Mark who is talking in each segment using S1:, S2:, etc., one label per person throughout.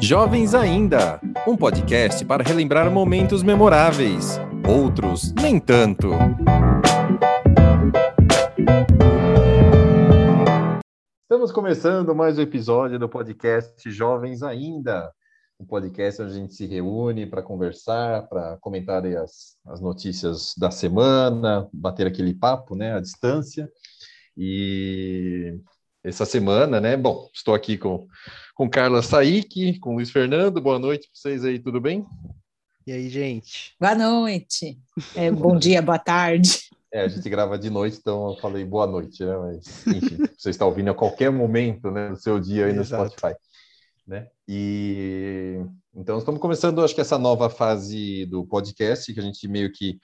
S1: Jovens Ainda, um podcast para relembrar momentos memoráveis, outros nem tanto. Estamos começando mais um episódio do podcast Jovens Ainda, um podcast onde a gente se reúne para conversar, para comentar aí as, as notícias da semana, bater aquele papo, né, à distância. E essa semana, né? Bom, estou aqui com, com Carla Saik, com Luiz Fernando. Boa noite para vocês aí, tudo bem?
S2: E aí, gente?
S3: Boa noite. É, bom dia, boa tarde.
S1: É, a gente grava de noite, então eu falei boa noite, né? Mas, enfim, você está ouvindo a qualquer momento né, do seu dia aí no
S2: Exato.
S1: Spotify. Né? E então estamos começando, acho que essa nova fase do podcast, que a gente meio que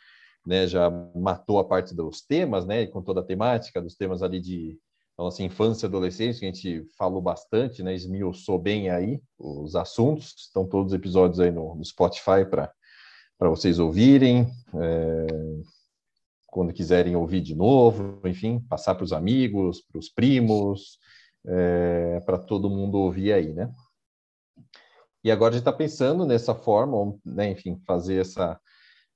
S1: né, já matou a parte dos temas, né? Com toda a temática, dos temas ali de da nossa infância e adolescência, que a gente falou bastante, né? Esmiuçou bem aí os assuntos. Estão todos os episódios aí no, no Spotify para para vocês ouvirem. É, quando quiserem ouvir de novo, enfim, passar para os amigos, para os primos, para todo mundo ouvir aí, né? E agora a gente está pensando nessa forma, né, enfim, fazer essa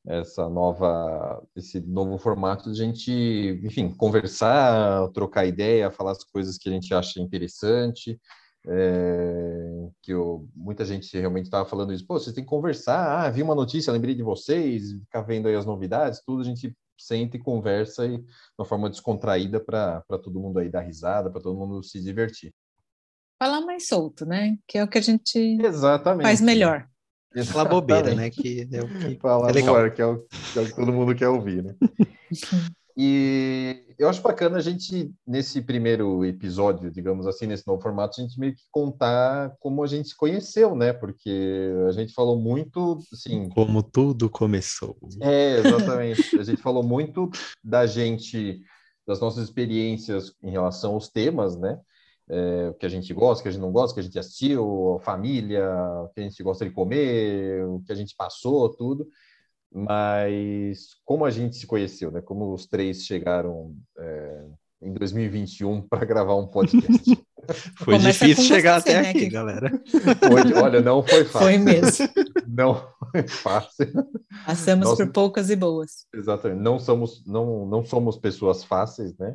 S1: essa nova esse novo formato de a gente, enfim, conversar, trocar ideia, falar as coisas que a gente acha interessante. é, que eu- muita gente realmente estava falando isso, pô, vocês têm que conversar, ah, vi uma notícia, lembrei de vocês, ficar vendo aí as novidades, tudo, a gente senta e conversa e de uma forma descontraída para todo mundo aí dar risada, para todo mundo se divertir.
S3: Falar mais solto, né? Que é o que a gente
S1: Exatamente.
S3: faz melhor.
S2: Falar bobeira, né? Que é o que-
S1: Falar
S2: É
S1: é
S2: legal.
S1: que é, o, que é o que todo mundo quer ouvir, né? E eu acho bacana a gente, nesse primeiro episódio, digamos assim, nesse novo formato, a gente meio que contar como a gente se conheceu, né? Porque a gente falou muito, assim,
S2: Como tudo começou.
S1: é, exatamente. A gente falou muito da gente, das nossas experiências em relação aos temas, né? É, o que a gente gosta, o que a gente não gosta, o que a gente assistiu, a família, o que a gente gosta de comer, o que a gente passou, tudo. Mas como a gente se conheceu, né? Como os três chegaram é, em 2021 para gravar um podcast.
S2: Foi
S3: Começa
S2: difícil
S3: com
S2: chegar
S3: você,
S2: até
S3: né,
S2: aqui,
S3: que-
S2: galera.
S1: Foi- olha, não foi fácil.
S3: Foi mesmo.
S1: Não foi fácil.
S3: Passamos
S1: Nossa.
S3: por poucas e boas.
S1: Exatamente. Não somos, não, não somos pessoas fáceis, né?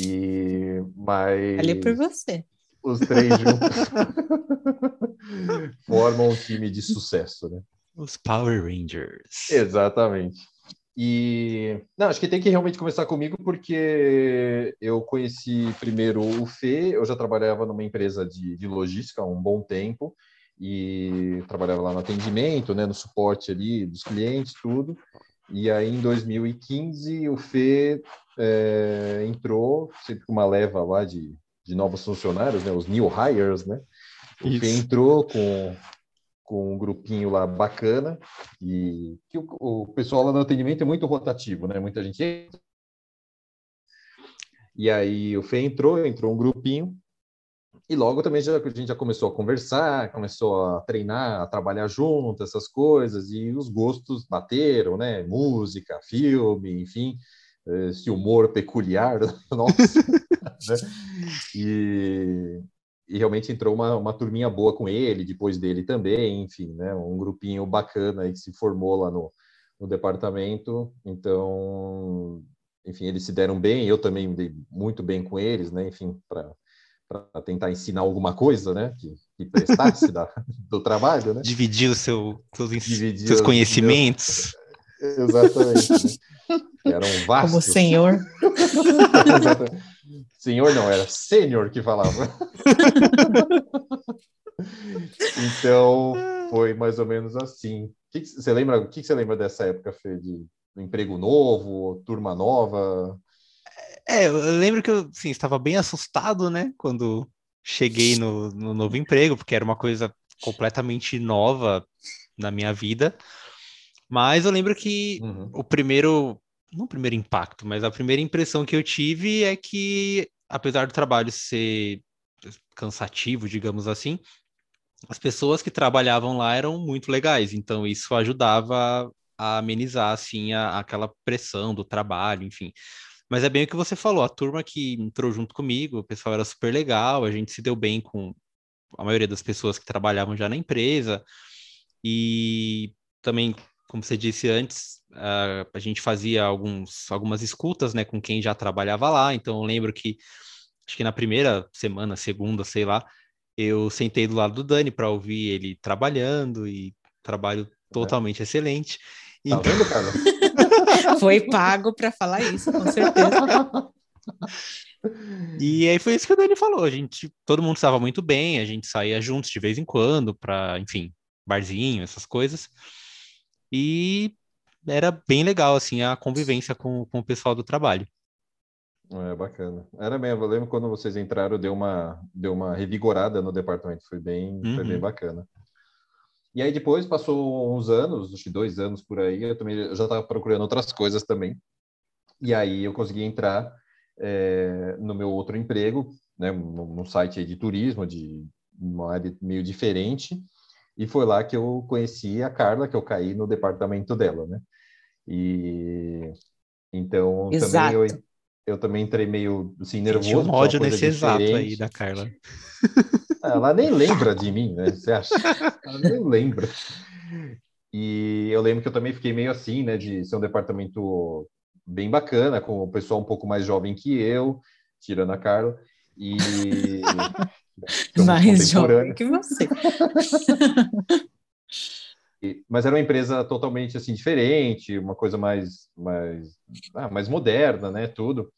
S1: E mas
S3: Falei é por você.
S1: os três juntos formam um time de sucesso, né?
S2: Os Power Rangers.
S1: Exatamente. E não, acho que tem que realmente começar comigo porque eu conheci primeiro o Fê, eu já trabalhava numa empresa de, de logística há um bom tempo e trabalhava lá no atendimento, né, no suporte ali dos clientes, tudo. E aí em 2015 o Fê eh, entrou, sempre com uma leva lá de, de novos funcionários, né, os new hires, né? O Fê
S2: Isso.
S1: entrou com, com um grupinho lá bacana e que o, o pessoal lá no atendimento é muito rotativo, né? Muita gente entra. E aí o Fê entrou, entrou um grupinho e logo também já, a gente já começou a conversar, começou a treinar, a trabalhar junto, essas coisas e os gostos bateram, né? Música, filme, enfim, eh, esse humor peculiar nosso. né? E e realmente entrou uma, uma turminha boa com ele, depois dele também, enfim, né? Um grupinho bacana aí que se formou lá no, no departamento. Então, enfim, eles se deram bem, eu também me dei muito bem com eles, né? Enfim, para tentar ensinar alguma coisa, né? Que, que prestasse da, do trabalho, né?
S2: Dividir os seu, seus, ins-
S1: Dividir
S2: seus
S1: os
S2: conhecimentos.
S1: Exatamente. né? Era um vasto.
S3: Como senhor.
S1: Exatamente. Senhor não, era sênior que falava. então, foi mais ou menos assim. Que que c- você lembra, o que, que você lembra dessa época, Fê? De emprego novo, turma nova?
S2: É, eu eu lembro que eu assim, estava bem assustado, né? Quando cheguei no, no novo emprego, porque era uma coisa completamente nova na minha vida. Mas eu lembro que
S1: Uhum.
S2: o primeiro, não o primeiro impacto, mas a primeira impressão que eu tive é que, apesar do trabalho ser cansativo, digamos assim, as pessoas que trabalhavam lá eram muito legais, então isso ajudava a amenizar, assim, a- aquela pressão do trabalho, enfim. Mas é bem o que você falou, a turma que entrou junto comigo, o pessoal era super legal, a gente se deu bem com a maioria das pessoas que trabalhavam já na empresa. E também, como você disse antes, a, a gente fazia alguns, algumas escutas né, com quem já trabalhava lá. Então, eu lembro que, acho que na primeira semana, segunda, sei lá, eu sentei do lado do Dani para ouvir ele trabalhando e trabalho totalmente excelente.
S1: Tá
S2: Então,
S1: vendo, Carla?
S3: Foi pago para falar isso, com certeza.
S2: E aí foi isso que o Dani falou. A gente, todo mundo estava muito bem, a gente saía juntos de vez em quando para, enfim, barzinho, essas coisas. E era bem legal assim a convivência com, com o pessoal do trabalho.
S1: É, bacana. Era mesmo, eu lembro quando vocês entraram, deu uma, deu uma revigorada no departamento, foi bem, foi
S2: Uhum.
S1: bem bacana. E aí depois passou uns anos, acho que dois anos por aí, eu também eu já estava procurando outras coisas também. E aí eu consegui entrar eh, no meu outro emprego, né, num num site aí de turismo, de uma área meio diferente, e foi lá que eu conheci a Carla, que eu caí no departamento dela, né? E então também eu
S3: Exato.
S1: eu também entrei meio assim,
S2: Tinha
S1: nervoso.
S2: um
S1: porque é uma
S2: ódio
S1: coisa
S2: nesse exato aí
S1: diferente.
S3: né?
S2: da Carla.
S1: Ah, Ela nem lembra de mim, né? Você acha? Ela nem lembra. E eu lembro que eu também fiquei meio assim, né? De ser um departamento bem bacana, com o pessoal um pouco mais jovem que eu, tirando a Carla. E. Somos
S3: Mais
S1: contemporâneos.
S3: jovem que você.
S1: E- mas era uma empresa totalmente assim diferente, uma coisa mais mais, ah, mais moderna, né, tudo.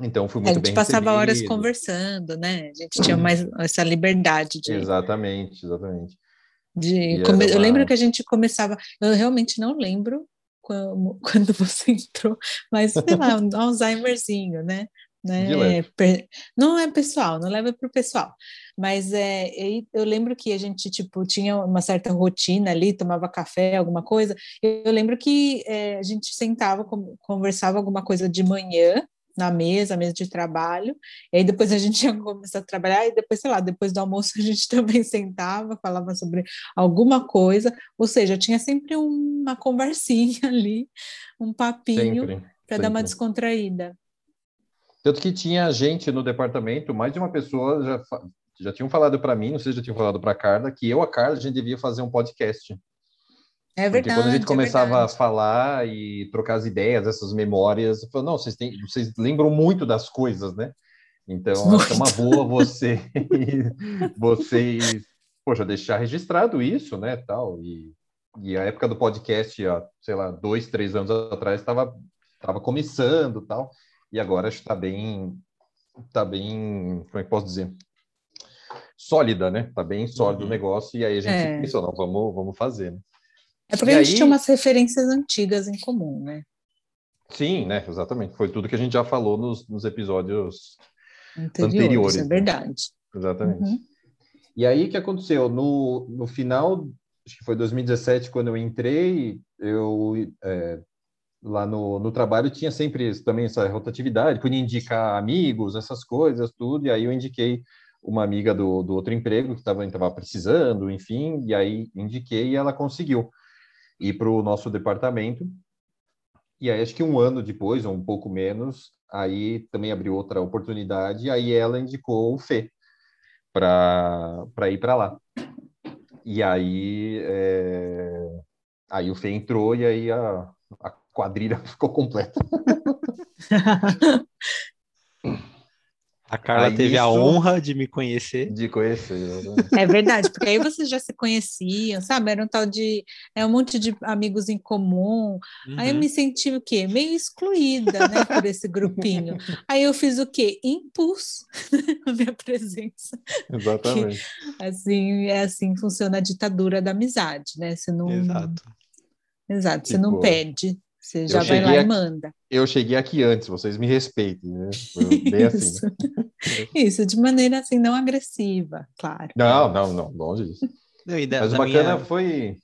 S1: Então fui
S3: É, A
S1: muito
S3: gente
S1: bem
S3: passava horas
S1: recebido.
S3: conversando, né? A gente tinha mais essa liberdade de,
S1: Exatamente, exatamente.
S3: de
S1: E
S3: come-
S1: era
S3: Eu lembro
S1: uma-
S3: que a gente começava. Eu realmente não lembro como- quando você entrou, mas sei lá, um Alzheimerzinho, né? Né?
S1: De leve.
S3: É, per- Não é pessoal, não leva para o pessoal. Mas é, e eu lembro que a gente tipo tinha uma certa rotina ali, tomava café, alguma coisa. Eu, eu lembro que é, a gente sentava, com- conversava alguma coisa de manhã na mesa, mesa de trabalho. E aí depois a gente ia começar a trabalhar e depois, sei lá, depois do almoço a gente também sentava, falava sobre alguma coisa, ou seja, tinha sempre uma conversinha ali, um papinho
S1: Sempre.
S3: para dar uma
S1: sempre.
S3: descontraída.
S1: Tanto que tinha gente no departamento, mais de uma pessoa já, fa- já tinham falado para mim, não sei se já tinham falado para Carla, que eu, a Carla, a gente devia fazer um podcast.
S3: É
S1: Porque
S3: verdade.
S1: quando a gente
S3: é
S1: começava a
S3: verdade.
S1: falar e trocar as ideias, essas memórias, eu falava, não, vocês, têm, vocês lembram muito das coisas, né? Então, acho que é uma boa você, vocês, poxa, deixar registrado isso, né, tal, e, e a época do podcast, ó, sei lá, dois, três anos atrás, estava tava começando, tal, e agora acho que está bem, tá bem, como é que posso dizer? Sólida, né? Tá bem sólido
S2: Uhum.
S1: o negócio, e aí a gente
S3: É.
S1: pensou, não, vamos, vamos fazer, né?
S3: É porque
S1: E
S3: a gente
S1: aí-
S3: tinha umas referências antigas em comum, né?
S1: Sim, né? Exatamente. Foi tudo que a gente já falou nos, nos episódios.
S3: Anteriores,
S1: Anteriores,
S3: é
S1: né?
S3: verdade.
S1: Exatamente.
S3: Uhum.
S1: E aí, o que aconteceu? No, no final, acho que foi 2017, quando eu entrei, eu é, lá no, no trabalho tinha sempre esse- também essa rotatividade, podia indicar amigos, essas coisas, tudo. E aí eu indiquei uma amiga do, do outro emprego que estava tava precisando, enfim, e aí indiquei e ela conseguiu ir para o nosso departamento. E aí, acho que um ano depois, ou um pouco menos, aí também abriu outra oportunidade, aí ela indicou o Fê para ir para lá. E aí, é, aí o Fê entrou e aí a, a quadrilha ficou completa.
S2: A Carla
S1: Aí
S2: teve a
S1: isso-
S2: honra de me conhecer.
S1: De conhecer. né?
S3: É verdade, porque aí vocês já se conheciam, sabe? Era um tal de. É um monte de amigos em comum. Aí eu
S2: Uhum.
S3: me senti o quê? Meio excluída, né, por esse grupinho. Aí eu fiz o quê? Impulso a minha presença.
S1: Exatamente.
S3: Assim, é assim que funciona a ditadura da amizade, né? Você não.
S2: Exato.
S3: Exato, você
S1: Tipo,
S3: não pede. Você já vai
S1: cheguei
S3: lá e
S1: aqui-
S3: manda.
S1: Eu cheguei aqui antes, vocês me respeitem. Né? Foi bem assim.
S3: Isso. Isso, de maneira assim, não agressiva, claro.
S1: Não, não, não, longe disso.
S2: Não, e da-
S1: Mas o
S2: É, da
S1: bacana
S2: minha-
S1: foi.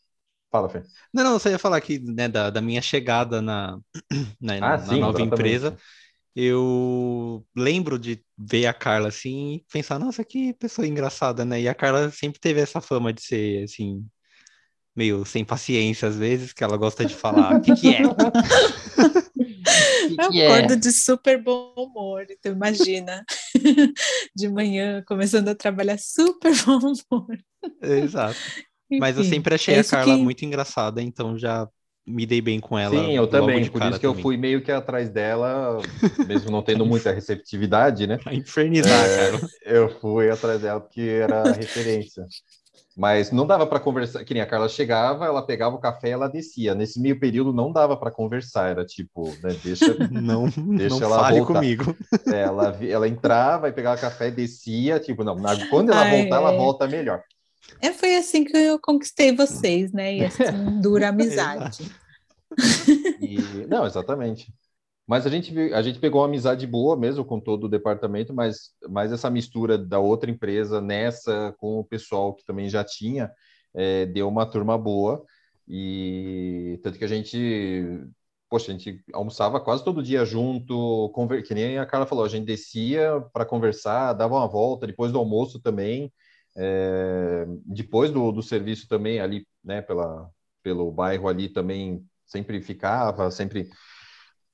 S1: Fala, Fê.
S2: Não, não, eu só ia falar aqui, né, da, da minha chegada na, na, É, na
S1: Ah, sim,
S2: nova
S1: exatamente.
S2: empresa. Eu lembro de ver a Carla assim e pensar, nossa, que pessoa engraçada, né? E a Carla sempre teve essa fama de ser assim, meio sem paciência às vezes, que ela gosta de falar, o que que é?
S3: Eu acordo de super bom humor, então imagina. de manhã, começando a trabalhar super bom humor.
S2: É, Exato. Mas eu
S3: Enfim,
S2: sempre achei
S3: é
S2: a
S3: isso
S2: Carla
S3: que-
S2: muito engraçada, então já me dei bem com ela.
S1: Sim, eu
S2: logo
S1: também.
S2: de
S1: Por
S2: cara
S1: isso que eu
S2: também.
S1: fui meio que atrás dela, mesmo não tendo muita receptividade, né?
S2: Pra infernizar,
S1: É.
S2: cara.
S1: Eu fui atrás dela porque era referência. Mas não dava para conversar. Que nem a Carla chegava, ela pegava o café e ela descia. Nesse meio período não dava para conversar. Era tipo, né, deixa,
S2: Não,
S1: Deixa
S2: não
S1: ela
S2: fale
S1: voltar.
S2: comigo.
S1: Ela, vi- ela entrava e pegava café, descia, tipo, não, na- quando ela
S3: Ai,
S1: voltar, ela
S3: é.
S1: volta melhor.
S3: É, foi assim que eu conquistei vocês, né? E assim dura a amizade.
S1: E- não, exatamente. Mas a gente, viu- a gente pegou uma amizade boa mesmo com todo o departamento, mas, mas essa mistura da outra empresa nessa com o pessoal que também já tinha, eh, deu uma turma boa. E tanto que a gente, poxa, a gente almoçava quase todo dia junto, conver- que nem a Carla falou, a gente descia para conversar, dava uma volta, depois do almoço também, eh, depois do, do serviço também, ali, né, pela, pelo bairro ali também sempre ficava, sempre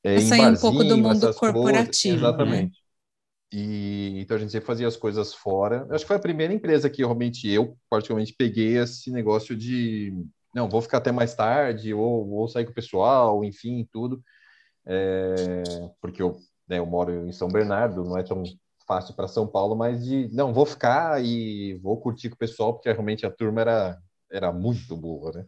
S1: é, em
S3: Sair um pouco do
S1: barzinho,
S3: mundo
S1: essas coisas.
S3: corporativo, né?
S1: Exatamente. E, então a gente sempre fazia as coisas fora. Eu Acho que foi a primeira empresa que realmente eu, particularmente, peguei esse negócio de não, vou ficar até mais tarde, ou vou sair com o pessoal, enfim, tudo. É, porque eu, né, eu moro em São Bernardo, não é tão fácil para São Paulo, mas de não, vou ficar e vou curtir com o pessoal, porque realmente a turma era, era muito boa, né?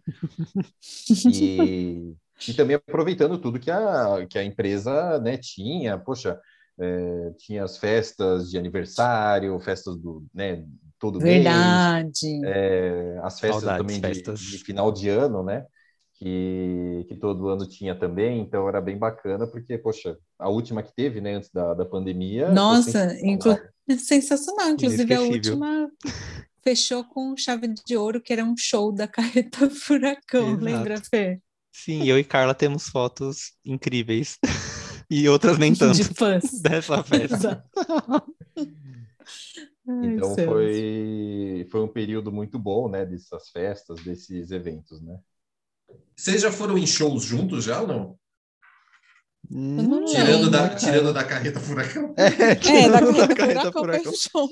S1: E, e também aproveitando tudo que a, que a empresa né, tinha, poxa, é, tinha as festas de aniversário, festas do, né, todo mês,
S3: Verdade.
S1: é, as festas
S2: Saudades,
S1: também de-
S2: festas.
S1: De, final de ano, né? Que, que todo ano tinha também, então era bem bacana, porque, poxa, a última que teve, né, antes da, da pandemia. foi
S3: Nossa,
S1: sensacional.
S3: inclu- É Sensacional, inclusive a
S2: Inesquecível.
S3: última fechou com chave de ouro, que era um show da Carreta Furacão,
S2: Exato.
S3: lembra, Fê?
S2: Sim, eu e Carla temos fotos incríveis. E outras nem tanto
S3: De fãs.
S2: dessa festa.
S3: Exato. Ai,
S1: Então
S3: céus.
S1: foi, foi um período muito bom, né, dessas festas, desses eventos, né?
S4: Vocês já foram em shows juntos já ou não?
S2: Hum.
S3: não
S4: Tirando,
S3: lembro,
S4: da,
S3: cara.
S4: tirando da carreta furacão.
S2: tipo,
S3: É, da
S2: Tirando
S3: Carreta,
S2: Carreta
S3: Furacão, foi
S2: Furacão.
S3: um show.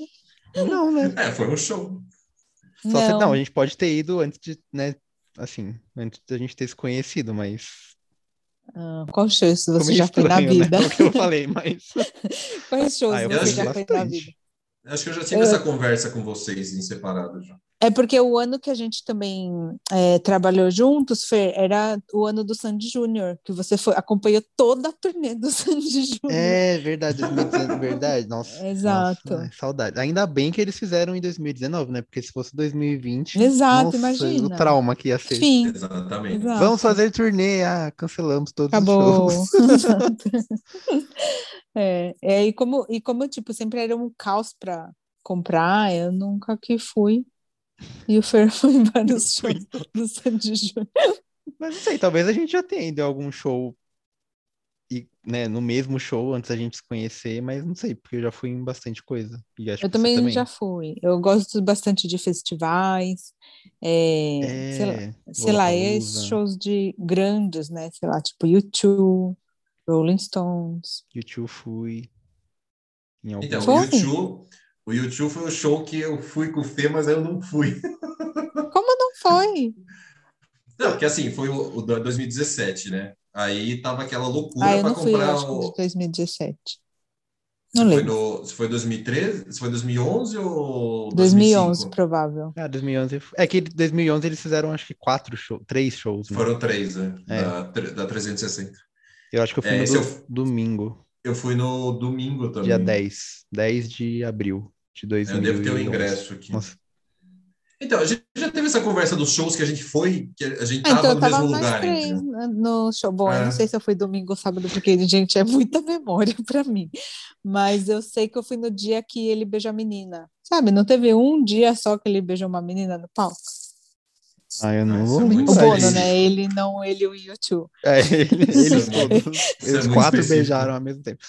S2: Não, né?
S4: É, foi um show.
S2: Só se-
S3: Não.
S2: não, a gente pode ter ido antes de, né? Assim, antes da gente ter se conhecido, mas.
S3: Ah, Qual show isso
S2: ficou
S3: você
S2: meio
S3: já foi na
S2: estranho, né,
S3: vida?
S2: o que eu falei, mas.
S3: Quais shows
S2: Ah, eu
S4: fui
S3: você já foi na
S2: bastante.
S3: vida?
S4: Acho que eu já tive
S3: Eu-
S4: essa conversa com vocês em separado já.
S3: É porque o ano que a gente também é, trabalhou juntos, Fer, era o ano do Sandy Júnior, que você foi, acompanhou toda a turnê do Sandy Júnior.
S2: É verdade, 2019, verdade. Nossa.
S3: Exato.
S2: nossa, ai, saudade. Ainda bem que eles fizeram em 2019, né? Porque se fosse 2020.
S3: Exato,
S2: nossa,
S3: imagina.
S2: O trauma que ia ser.
S3: Enfim,
S4: Exatamente.
S3: exato.
S2: Vamos fazer turnê. Ah, cancelamos todos
S3: Acabou.
S2: os shows.
S3: Exato. é, é, e como, e como tipo, sempre era um caos para comprar, eu nunca que fui. E o Fer foi em vários
S2: Foi
S3: shows do Sandy Júnior.
S2: Mas não sei, talvez a gente já tenha ido em algum show e, né, no mesmo show antes da gente se conhecer, mas não sei, porque eu já fui em bastante coisa. E acho
S3: Eu
S2: que você
S3: também, já fui. Eu gosto bastante de festivais, é, sei lá,
S2: É,
S3: sei lá, é
S2: Lollapalooza.
S3: esses shows de grandes, né? Sei lá, tipo YouTube, Rolling Stones.
S2: YouTube fui. Em algum...
S4: Então,
S3: Foi?
S4: o YouTube, o YouTube foi um show que eu fui com o Fê, mas eu não fui.
S3: Como não foi?
S4: Não, porque assim, foi o, o da 2017, né? Aí tava aquela loucura
S3: Ah, eu
S4: pra
S3: não fui, eu
S4: comprar
S3: acho que de
S4: o.
S3: 2017.
S4: Se
S3: Não
S4: foi,
S3: lembro.
S4: no, se foi 2013, se foi 2011 ou
S3: 2011,
S4: 2005?
S3: provável.
S2: Ah, 2011. eu fui- É que 2011 eles fizeram acho que quatro shows, três shows. né?
S4: Foram três, né?
S2: É.
S4: Da, tre- da 360.
S2: Eu acho que eu fui
S4: É,
S2: no
S4: esse
S2: do-
S4: eu-
S2: domingo,
S4: Eu fui no domingo também. É,
S2: dia 10. 10 de abril de
S4: Eu
S2: 2011.
S4: devo ter o ingresso aqui.
S2: Nossa,
S4: Então, a gente já teve essa conversa dos shows que a gente foi, que a gente
S3: Ah,
S4: tava
S3: então eu
S4: no
S3: tava
S4: mesmo
S3: mais
S4: lugar.
S3: três
S4: entendeu?
S3: né, no show. Bom, eu
S4: É.
S3: não sei se eu fui domingo ou sábado, porque, gente, é muita memória pra mim. Mas eu sei que eu fui no dia que ele beijou a menina. Sabe, não teve um dia só que ele beijou uma menina no palco?
S2: ah, eu não
S4: Isso é
S2: vou
S4: muito
S2: lembrar
S3: O
S4: Sabe,
S3: Bono,
S2: disso.
S3: né? Ele, não ele e o YouTube.
S2: É, ele- eles
S4: Isso é muito-
S2: todos,
S4: isso é
S2: eles
S4: muito
S2: quatro
S4: específico.
S2: beijaram ao mesmo tempo.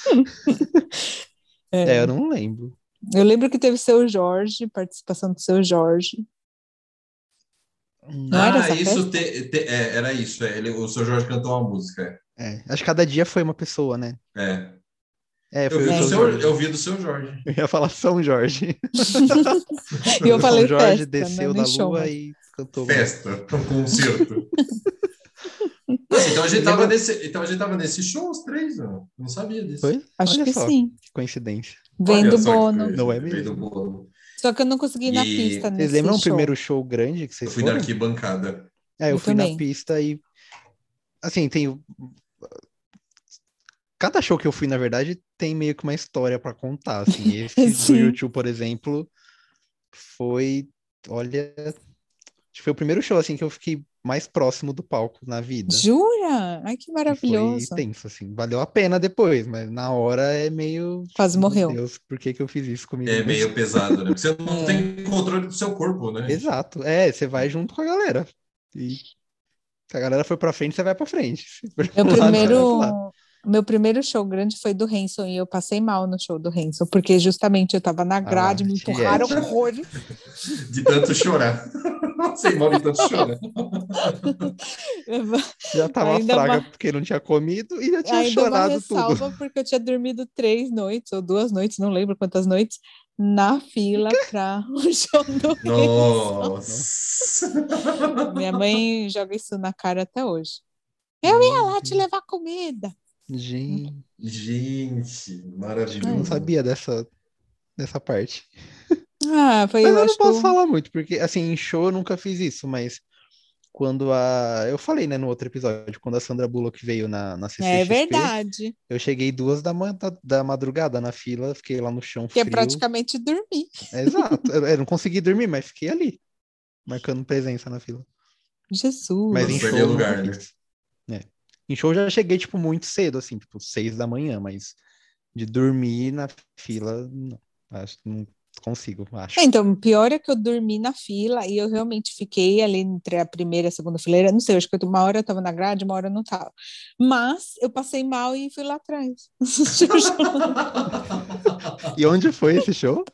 S2: É, eu não lembro.
S3: Eu lembro que teve seu Jorge, participação do seu Jorge. Não era
S4: ah,
S3: essa
S4: isso te- te- é, era isso. é, ele- o seu Jorge cantou uma música.
S2: É, acho que cada dia foi uma pessoa, né?
S4: É.
S2: É,
S1: Eu
S2: foi
S1: vi,
S2: o
S1: do
S2: São
S1: seu,
S2: Jorge.
S1: eu vi do seu Jorge.
S2: Eu ia falar São Jorge.
S3: E
S2: São
S3: eu falei
S2: Jorge
S3: festa,
S2: desceu
S3: né?
S2: da
S3: Nem show,
S2: lua
S3: mas-
S2: e cantou.
S1: Festa, um concerto. Nossa, então, a gente tava
S2: Lembra-
S1: nesse, então a gente tava nesse show os três, mano. Não sabia disso.
S2: Foi?
S3: Acho
S2: Olha
S3: que
S2: só,
S3: sim.
S2: que coincidência.
S3: Vem
S1: Olha
S3: do
S1: só que
S3: Bono.
S1: coisa,
S2: Não é
S1: vem
S2: mesmo?
S1: do Bono.
S3: Só que eu não consegui ir na
S1: E
S3: pista.
S2: Vocês
S3: nesse
S2: lembram o
S3: show.
S2: primeiro show grande que
S1: Eu
S2: vocês
S1: fui na
S2: foram?
S1: arquibancada.
S2: É, eu
S3: Eu
S2: fui na
S3: também.
S2: pista e. Assim, tem. Cada show que eu fui, na verdade, tem meio que uma história pra contar. Assim. Esse do
S3: Sim.
S2: YouTube, por exemplo, foi. Olha. Acho que foi o primeiro show assim que eu fiquei mais próximo do palco na vida. E
S3: Jura? Ai, que maravilhoso.
S2: Foi tenso, assim. Valeu a pena depois, mas na hora é meio.
S3: Quase
S2: meu
S3: morreu.
S2: Deus, por que, que eu fiz isso comigo?
S1: É
S2: mesmo?
S1: meio pesado, né? Porque você não
S3: É.
S1: tem controle do seu corpo, né?
S2: Exato. É, você vai junto com a galera. E se a galera for pra frente, você vai pra frente. Se for
S3: Meu
S2: pro lado, você vai pro
S3: primeiro,
S2: lado.
S3: meu primeiro show grande foi do Hanson e eu passei mal no show do Hanson, porque justamente eu tava
S2: Ah,
S3: na grade, me
S2: Juliette.
S3: empurraram horrores.
S1: De tanto chorar. Sem mal de tanto chorar.
S2: Já tava
S3: Ainda
S2: fraca
S3: uma-
S2: porque não tinha comido e já tinha
S3: Ainda uma
S2: chorado tudo.
S3: ressalva, porque eu tinha dormido três noites, ou duas noites, não lembro quantas noites, na fila pra o show do Hanson.
S1: Nossa.
S3: Minha mãe joga isso na cara até hoje. Eu ia lá te levar comida.
S2: Gente,
S1: Gente,
S2: eu não
S1: maravilhoso.
S2: sabia dessa, dessa parte.
S3: Ah, foi
S2: Mas eu não
S3: eu acho
S2: posso
S3: que o-
S2: falar muito, porque assim, em show eu nunca fiz isso, mas quando a. Eu falei, né, no outro episódio, quando a Sandra Bullock veio na, na CCXP,
S3: É verdade.
S2: eu cheguei duas da, man... da, da madrugada na fila, fiquei lá no chão
S3: Que é
S2: frio.
S3: praticamente dormir.
S2: Exato. Eu, eu não consegui dormir, mas fiquei ali, marcando presença na fila.
S3: Jesus.
S2: Mas em
S1: Perder
S2: show eu
S1: lugar,
S2: nunca
S1: né?
S2: fiz. É. Em show eu já cheguei, tipo, muito cedo, assim, tipo, seis da manhã, mas de dormir na fila, não. Acho que não consigo, acho.
S3: É, Então, o pior é que eu dormi na fila e eu realmente fiquei ali entre a primeira e a segunda fileira. Não sei, acho que eu- uma hora eu estava na grade, uma hora eu não estava. Mas eu passei mal e fui lá atrás.
S2: E onde foi esse show?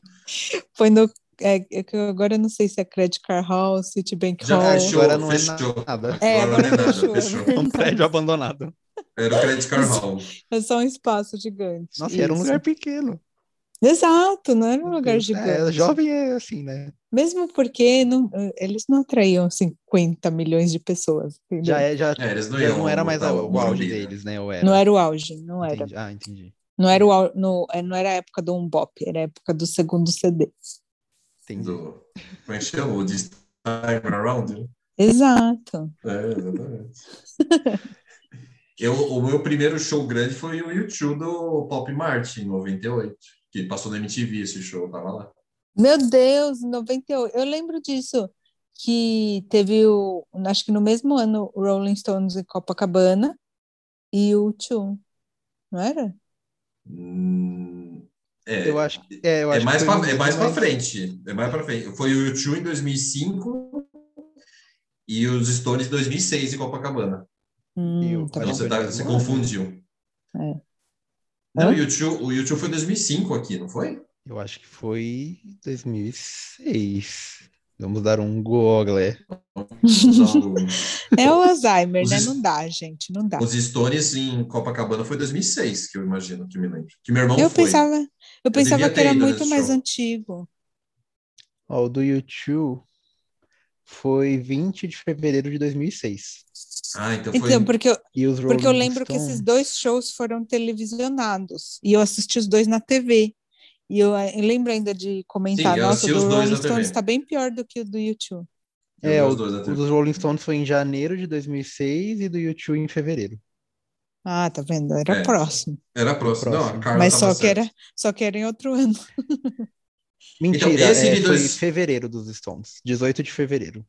S3: Foi no. é, é que eu agora não sei se é Credit Card Hall, Citibank
S1: Já
S3: Hall.
S1: fechou,
S2: Agora não é
S1: fechou.
S2: nada.
S3: É,
S1: Agora não é
S3: agora
S1: nada,
S3: fechou.
S1: fechou.
S2: É um prédio abandonado.
S1: Era o Credit Card Hall.
S3: É só um espaço gigante.
S2: Nossa, e era um
S3: Isso.
S2: lugar pequeno.
S3: Exato, não era um lugar gigante.
S2: É, jovem é assim, né?
S3: Mesmo porque não- eles não atraíam 50 milhões de pessoas. entendeu?
S2: Já, é, já,
S1: É, eles não
S2: já
S1: iam
S2: não era mais
S1: botar
S2: a-
S1: o
S2: o, auge
S1: Morumbi, né?
S2: deles, né? Ou era?
S3: Não era o auge, não era.
S2: Entendi. Ah, entendi.
S3: Não era, o, au- no, é, não era a época do Umbop, era a época do segundo CD.
S2: entendi.
S1: Do... Como é que chama? O This Time Around?
S3: Exato.
S1: É, exatamente. Eu, o meu primeiro show grande foi o YouTube do Pop Mart, em 98. Que passou na MTV esse show, eu tava lá.
S3: Meu Deus, 98. Eu lembro disso, que teve o. Acho que no mesmo ano, o Rolling Stones em Copacabana e o Tchum. Não era?
S1: Hum, é,
S2: Eu acho, é, eu
S1: é
S2: acho
S1: mais,
S2: que foi
S1: pra, é
S2: um
S1: mais
S2: dos
S1: pra frente. É mais pra frente. Foi o YouTube em 2005 e os Stones em 2006 em Copacabana.
S3: Hum,
S2: Eu-
S3: tá
S1: Então
S2: Também
S3: bom.
S1: você,
S2: foi
S1: tá,
S2: mesmo
S1: você
S2: ano.
S1: confundiu.
S3: É.
S1: Não,
S3: Hã?
S1: o YouTube, o YouTube foi em 2005 aqui, não foi?
S2: Eu acho que foi 2006. Vamos dar um Google. é.
S1: Não,
S3: É o Alzheimer,
S1: Os
S3: né?
S1: es-
S3: Não dá, gente, não
S2: Tá.
S3: dá.
S1: os Stones em Copacabana foi 2006, que eu imagino, que me lembro. Que meu irmão
S3: Eu
S1: foi.
S3: pensava, eu pensava
S1: devia
S3: que
S1: ter
S3: era
S1: ido
S3: muito
S1: nesse
S3: mais
S1: show.
S3: antigo.
S2: Ó, o do YouTube foi 20 de fevereiro de 2006.
S1: Ah, então foi.
S3: Então, porque eu,
S2: E os
S3: Porque eu
S2: Rolling
S3: lembro que esses
S2: Stones-
S3: dois shows foram televisionados e eu assisti os dois na TV. E eu, eh, lembro ainda de comentar,
S1: Sim, eu
S3: nossa,
S1: assisti
S3: o do
S1: os dois
S3: Rolling
S1: na TV.
S3: Stones está bem pior do que o do YouTube.
S1: eu
S2: É,
S1: vi
S2: o,
S1: os dois na
S2: o
S1: TV.
S2: dos Rolling Stones foi em janeiro de 2006 e do YouTube em fevereiro.
S3: Ah, tá vendo? Era
S1: É. tá
S3: próximo.
S1: Era próximo. Não, a
S2: Próximo.
S1: Carla
S3: Mas
S1: tava
S3: só que,
S1: certa.
S3: era, só que era em outro ano.
S2: Mentira,
S1: Então, esse
S2: é,
S1: de
S2: foi
S1: dois-
S2: fevereiro dos Stones, 18 de fevereiro.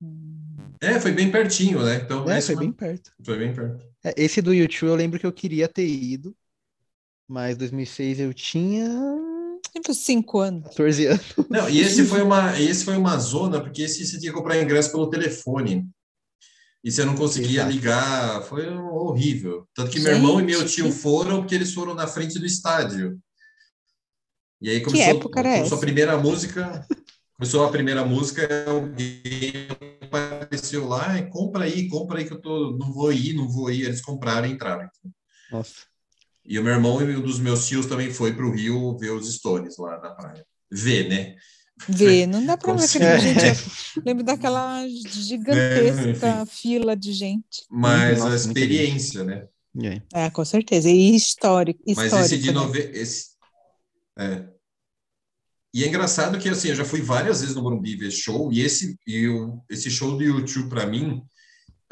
S3: Hum,
S1: É, foi bem pertinho, né? Então,
S2: É,
S1: esse
S2: foi bem perto.
S1: foi bem perto.
S2: É, esse do YouTube eu lembro que eu queria ter ido, mas 2006 eu tinha
S3: Sempre tipo, cinco anos.
S2: 14 anos.
S1: Não, e esse foi uma, esse foi uma zona, porque esse você tinha que comprar ingresso pelo telefone. E você não conseguia
S2: Exato.
S1: ligar, foi horrível. Tanto que meu irmão e meu
S3: Gente,
S1: tio
S3: que-
S1: foram, porque eles foram na frente do estádio. E aí começou,
S3: época era
S1: começou
S3: essa?
S1: a primeira música. Começou a primeira música, alguém apareceu lá, "Ai, compra aí, compra aí que eu tô, não vou ir, não vou ir. Eles compraram e entraram.
S2: Nossa.
S1: E o meu irmão e um dos meus tios também foi para o Rio ver os Stones lá na praia. Ver, né?
S3: Vê, não dá pra ver
S1: Consigo.
S3: aquele gente. Eu lembro daquela gigantesca
S1: É, enfim.
S3: fila de gente.
S1: Mas
S2: Nossa,
S1: a
S2: muito lindo.
S1: experiência, né?
S2: E aí?
S3: É, com certeza. E histórico.
S1: Mas
S3: histórico
S1: esse de
S3: né?
S1: nove... esse é. E é engraçado que assim, eu já fui várias vezes no Morumbi ver show e esse e o- esse show do YouTube para mim,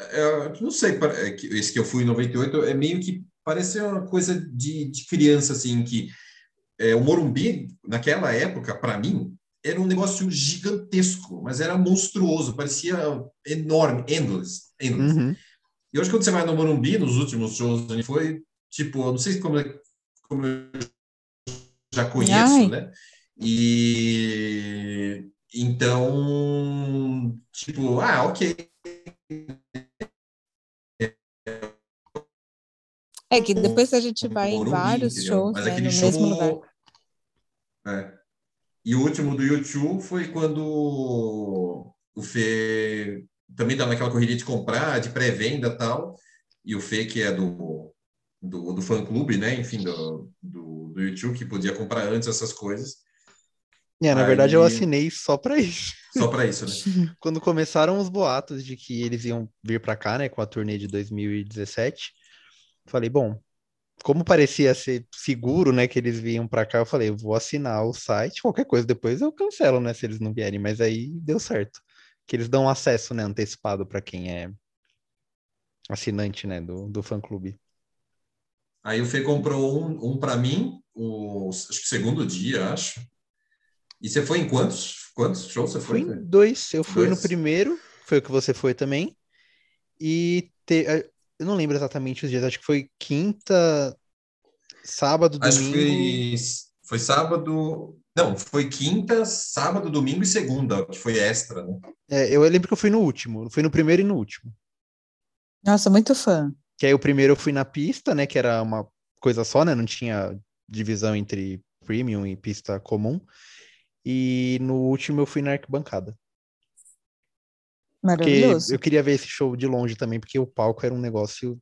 S1: é, eu não sei, pa- é que- esse que eu fui em 98 é meio que parece uma coisa de, de criança assim que é, o Morumbi naquela época para mim era um negócio gigantesco, mas era monstruoso, parecia um, enorme, endless, endless.
S2: Uhum.
S1: E hoje, quando você vai no Morumbi, nos últimos shows, ele foi tipo, eu não sei como, é- como eu já conheço,
S3: Ai.
S1: né? E então, tipo, ah, ok.
S3: É que depois a gente vai em
S1: Morumbi,
S3: vários
S1: entendeu?
S3: shows
S1: Mas
S3: né,
S1: aquele
S3: no
S1: show-
S3: mesmo lugar.
S1: É. E o último do YouTube foi quando o Fê também estava naquela correria de comprar, de pré-venda e tal. E o Fê, que é do, do, do fã-clube, né? Enfim, do, do, do YouTube, que podia comprar antes essas coisas,
S2: É, na
S1: Aí-
S2: verdade, eu assinei só pra isso.
S1: só para isso, né?
S2: Quando começaram os boatos de que eles iam vir pra cá, né, com a turnê de 2017, falei, bom, como parecia ser seguro, né, que eles vinham pra cá, eu falei, eu vou assinar o site, qualquer coisa, depois eu cancelo, né, se eles não vierem, mas aí deu certo. Que eles dão acesso, né, antecipado pra quem é assinante, né, do, do fã-clube.
S1: Aí o Fê comprou um, um para mim, o acho que segundo dia, acho. E você foi em quantos, quantos shows você
S2: Fui
S1: foi? Fê?
S2: em dois. Eu fui
S1: é. Dois.
S2: no primeiro, foi o que você foi também. E te- eh, eu não lembro exatamente os dias, acho que foi quinta, sábado,
S1: Acho que foi,
S2: domingo.
S1: foi sábado. Não, foi quinta, sábado, domingo e segunda, que foi extra, né?
S2: É, eu lembro que eu fui no último, eu fui no primeiro e no último.
S3: Nossa, muito fã.
S2: Que aí o primeiro eu fui na pista, né? Que era uma coisa só, né? Não tinha divisão entre premium e pista comum. E no último eu fui na arquibancada. Porque
S3: Maravilhoso.
S2: eu queria ver esse show de longe também, porque o palco era um negócio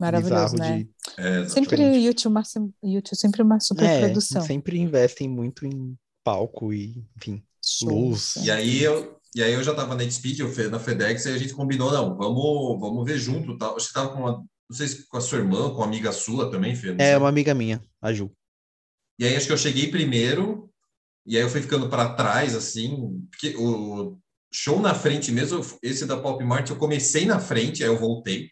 S3: Maravilhoso,
S2: bizarro
S3: né?
S2: de
S1: É,
S3: Sempre o
S2: diferente.
S3: YouTube, uma, YouTube sempre uma super produção.
S2: É, sempre investem muito em palco e, enfim, luz.
S1: E aí eu, e aí eu já estava na Speed, eu fe- na FedEx, e a gente combinou, não, vamos, vamos ver junto, tal. Você estava com uma, não sei se com a sua irmã, com uma amiga sua também, Fê, não sei.
S2: É uma amiga minha, a Ju.
S1: E aí acho que eu cheguei primeiro, e aí eu fui ficando para trás, assim, porque o show na frente mesmo, eu- esse da Pop Mart, eu comecei na frente, aí eu voltei.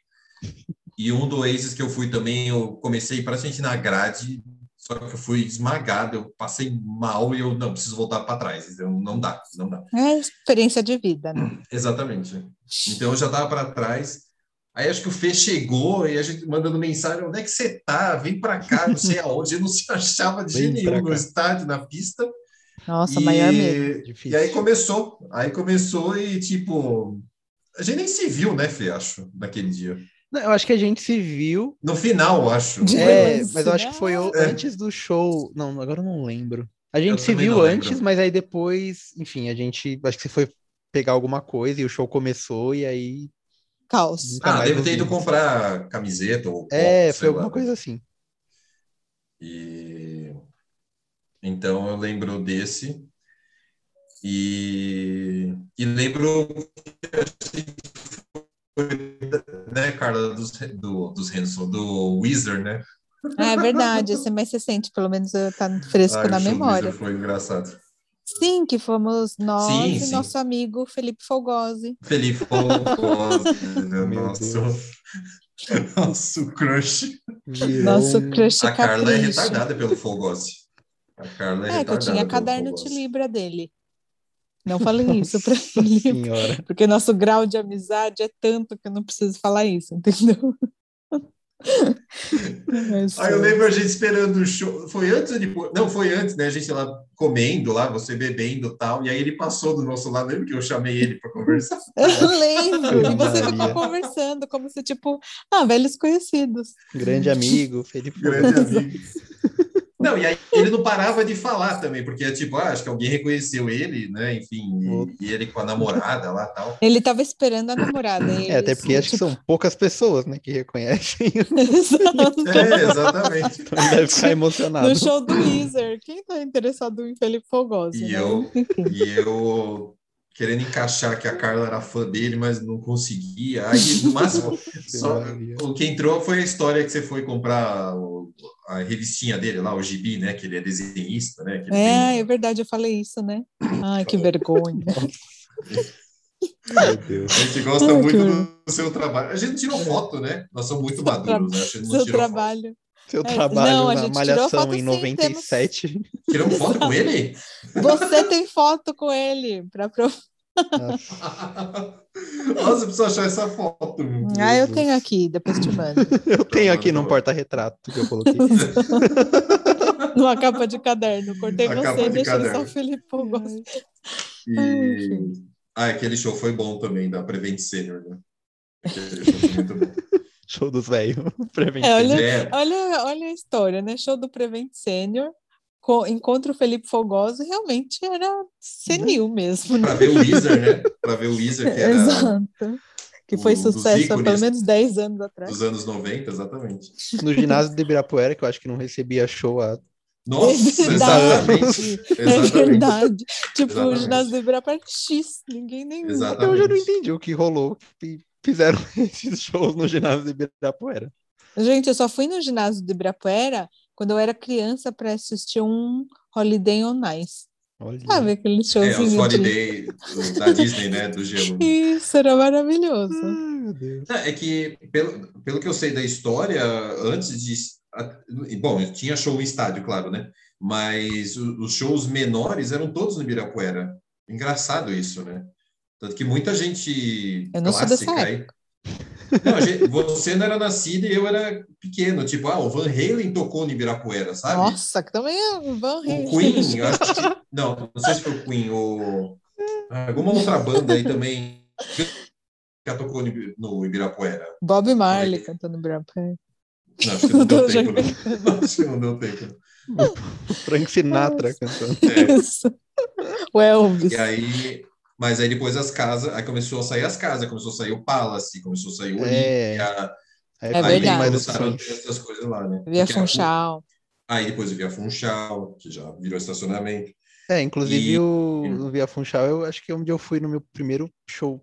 S1: E um do Oasis que eu fui também, eu comecei praticamente na grade, só que eu fui esmagado, eu passei mal e eu não preciso voltar para trás, eu, não dá, não dá.
S3: É experiência de vida, né?
S1: Exatamente. Então eu já estava para trás. Aí acho que o Fê chegou e a gente mandando mensagem: onde é que você tá? Vem para cá, não sei aonde. Eu não se achava de
S2: Vem
S1: jeito nenhum
S2: pra
S1: no
S2: cá.
S1: estádio, na pista.
S3: Nossa,
S1: e...
S3: maior medo.
S2: É Difícil.
S1: E aí começou. Aí começou e tipo. A gente nem se viu, né, Fê? Acho, naquele dia.
S2: Não, eu acho que a gente se viu.
S1: No final, acho.
S3: De- né?
S2: É,
S3: Nossa,
S2: mas eu acho que foi o-
S1: é.
S2: antes do show. Não, agora eu não lembro. A gente
S1: Eu
S2: se
S1: também
S2: viu
S1: não
S2: antes,
S1: lembro.
S2: mas aí depois, enfim, a gente. Acho que você foi pegar alguma coisa e o show começou, e aí.
S3: Caos.
S2: nunca
S1: Ah,
S2: mais
S1: deve ter ido
S2: ouvimos.
S1: comprar camiseta ou. copo,
S2: É,
S1: sei
S2: foi alguma
S1: lá.
S2: coisa assim.
S1: E então eu lembro desse e, e lembro que a gente foi, né, Carla dos do, dos Hanson, do Wizard, né?
S3: Ah, é verdade, esse é mais recente, pelo menos eu- tá fresco
S1: Ai, o
S3: na
S1: show do
S3: memória.
S1: Weezer foi engraçado.
S3: Sim, que fomos nós
S1: Sim,
S3: e
S1: sim.
S3: nosso amigo Felipe Folgose.
S1: Felipe Fontosa,
S2: Meu
S1: nosso nosso crush.
S3: Nosso crush
S1: A Carla é
S3: capricho.
S1: retardada pelo Fogose. A Carla é,
S3: É, que eu
S1: retardada
S3: tinha
S1: pelo
S3: caderno de
S1: Fogose.
S3: Libra dele. Não falei isso pra
S2: Nossa
S3: Felipe,
S2: senhora.
S3: porque nosso grau de amizade é tanto que eu não preciso falar isso, entendeu? Mas,
S1: Aí eu lembro a gente esperando o show. Foi antes ou depois? Não, foi antes, né? A gente lá comendo lá, você bebendo e tal. E aí ele passou do nosso lado. Lembra que eu chamei ele para conversar?
S3: Eu lembro.
S2: Ave
S3: E você
S2: Maria.
S3: ficou conversando como se, tipo, ah, velhos conhecidos.
S2: Grande amigo, Felipe.
S1: Grande amigo. Não, e aí ele não parava de falar também, porque é tipo, ah, acho que alguém reconheceu ele, né? Enfim, e, e ele com a namorada lá tal.
S3: Ele estava esperando a namorada. e
S2: É, até
S3: eles-
S2: porque acho que são poucas pessoas, né, que reconhecem.
S3: Exato.
S1: É, exatamente.
S2: Então deve ficar emocionado.
S3: No show do Weezer. Quem está interessado em Felipe Fogoso?
S1: E
S3: né?
S1: eu-
S3: Enfim.
S1: E eu querendo encaixar que a Carla era fã dele, mas não conseguia. Aí, no máximo, só,
S2: Maria.
S1: o que entrou foi a história que você foi comprar o- a revistinha dele lá, o Gibi, né? Que ele é desenhista, né? que ele
S3: É,
S1: tem-
S3: é verdade, eu falei isso, né? Ai, que vergonha.
S2: Meu Deus.
S1: A gente gosta
S3: Ai,
S1: muito
S3: que- É.
S1: do seu trabalho. A gente não tirou foto, né? Nós somos muito maduros, né? A gente não tirou
S3: Seu
S1: foto.
S3: trabalho.
S2: Seu
S3: É,
S2: trabalho
S3: não, a
S2: na
S3: gente tirou
S2: Malhação
S3: foto
S2: em
S3: sim,
S2: 97.
S1: Tiramos foto com ele?
S3: Você tem foto com ele para provar.
S2: Nossa,
S1: Nossa, eu preciso achar essa foto. meu Deus.
S3: Ah, eu tenho aqui, depois te mando.
S2: eu tenho aqui num
S1: Tá bom.
S2: porta-retrato que eu coloquei.
S3: Numa capa de caderno. Cortei
S1: A capa
S3: você e
S1: de
S3: deixei só
S1: caderno.
S3: o Felipe Fogoso. É,
S1: E... Ah, aquele show foi bom também, da Prevent Senior, né? Aquele show foi muito bom.
S2: Show dos velhos.
S3: É, olha-
S1: É,
S3: Olha, olha a história, né? Show do Prevent Sênior. co- Encontro o Felipe Fogoso, realmente era senil mesmo, né?
S1: pra ver o Weezer, né? Pra ver o Weezer, que era
S3: Exato. Que foi
S1: o- dos
S3: sucesso há pelo
S1: ícones.
S3: menos 10 anos atrás.
S1: dos anos 90, exatamente.
S2: No ginásio de Ibirapuera, que eu acho que não recebia show há
S1: Nossa,
S3: É Verdade.
S1: exatamente.
S3: É
S1: Exatamente.
S3: verdade. Tipo, o
S1: Exatamente.
S3: ginásio do Ibirapuera é X, ninguém nem.
S1: Exatamente.
S2: Até hoje eu não entendi o que rolou. que Fizeram esses shows no ginásio de Ibirapuera.
S3: Gente, eu só fui no ginásio do Ibirapuera quando eu era criança para assistir um Holiday on Ice.
S2: Olha.
S3: Sabe aquele
S1: É, os
S3: showzinho? um de...
S1: Holiday do- da Disney, né? Do gelo.
S3: Isso, era maravilhoso.
S2: Ai, meu Deus.
S1: Não, É que, pelo, pelo que eu sei da história, antes de. a- Bom, tinha show em estádio, claro, né? Mas o- os shows menores eram todos no Ibirapuera. Engraçado isso, né? Tanto que muita gente
S3: Eu não sou dessa
S1: aí. Não, a gente- você não era nascido e eu era pequeno. Tipo, ah, o Van Halen tocou no Ibirapuera, sabe?
S3: Nossa, que também é um Van
S1: O
S3: Halen.
S1: Queen, eu acho que. Não, não sei se foi o Queen, ou. Alguma outra banda aí também. que tocou no Ibi- no Ibirapuera.
S3: Bob Marley
S1: Olha.
S3: cantando Ibirapuera.
S1: Não, acho que não deu
S3: Tô já
S1: tempo. Não. Acho que não deu tempo.
S2: Frank Sinatra cantando.
S1: É,
S3: Isso. O Elvis.
S1: e aí, mas aí depois as casas, aí começou a sair as casas, começou a sair o Palace, começou a sair o
S2: É.
S1: Olímpia,
S2: Aí
S3: É
S2: tem
S1: aí
S3: verdade.
S2: mais
S1: começaram a
S2: opções.
S1: ter essas coisas lá, né?
S3: Via
S1: Porque a-
S3: Funchal.
S1: Aí depois o Via Funchal, que já virou estacionamento.
S2: É, inclusive
S1: E-
S2: o, o Via Funchal, eu acho que é onde eu fui no meu primeiro show.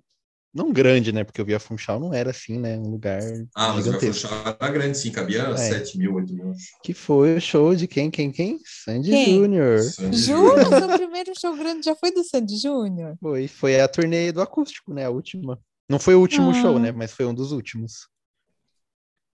S2: Não grande, né? Porque o Via Funchal não era assim, né? Um lugar
S1: Ah, mas o Via
S2: gigantesco.
S1: Funchal era grande, sim, cabia
S2: É.
S1: 7 mil, 8 mil.
S2: Que foi o show de quem, quem, quem? Sandy
S3: Quem?
S2: Júnior.
S1: Sandy
S3: Jura? Seu primeiro show grande já foi do Sandy Júnior?
S2: Foi, foi a turnê do acústico, né? A última. Não foi o último
S3: Ah.
S2: show, né? Mas foi um dos últimos.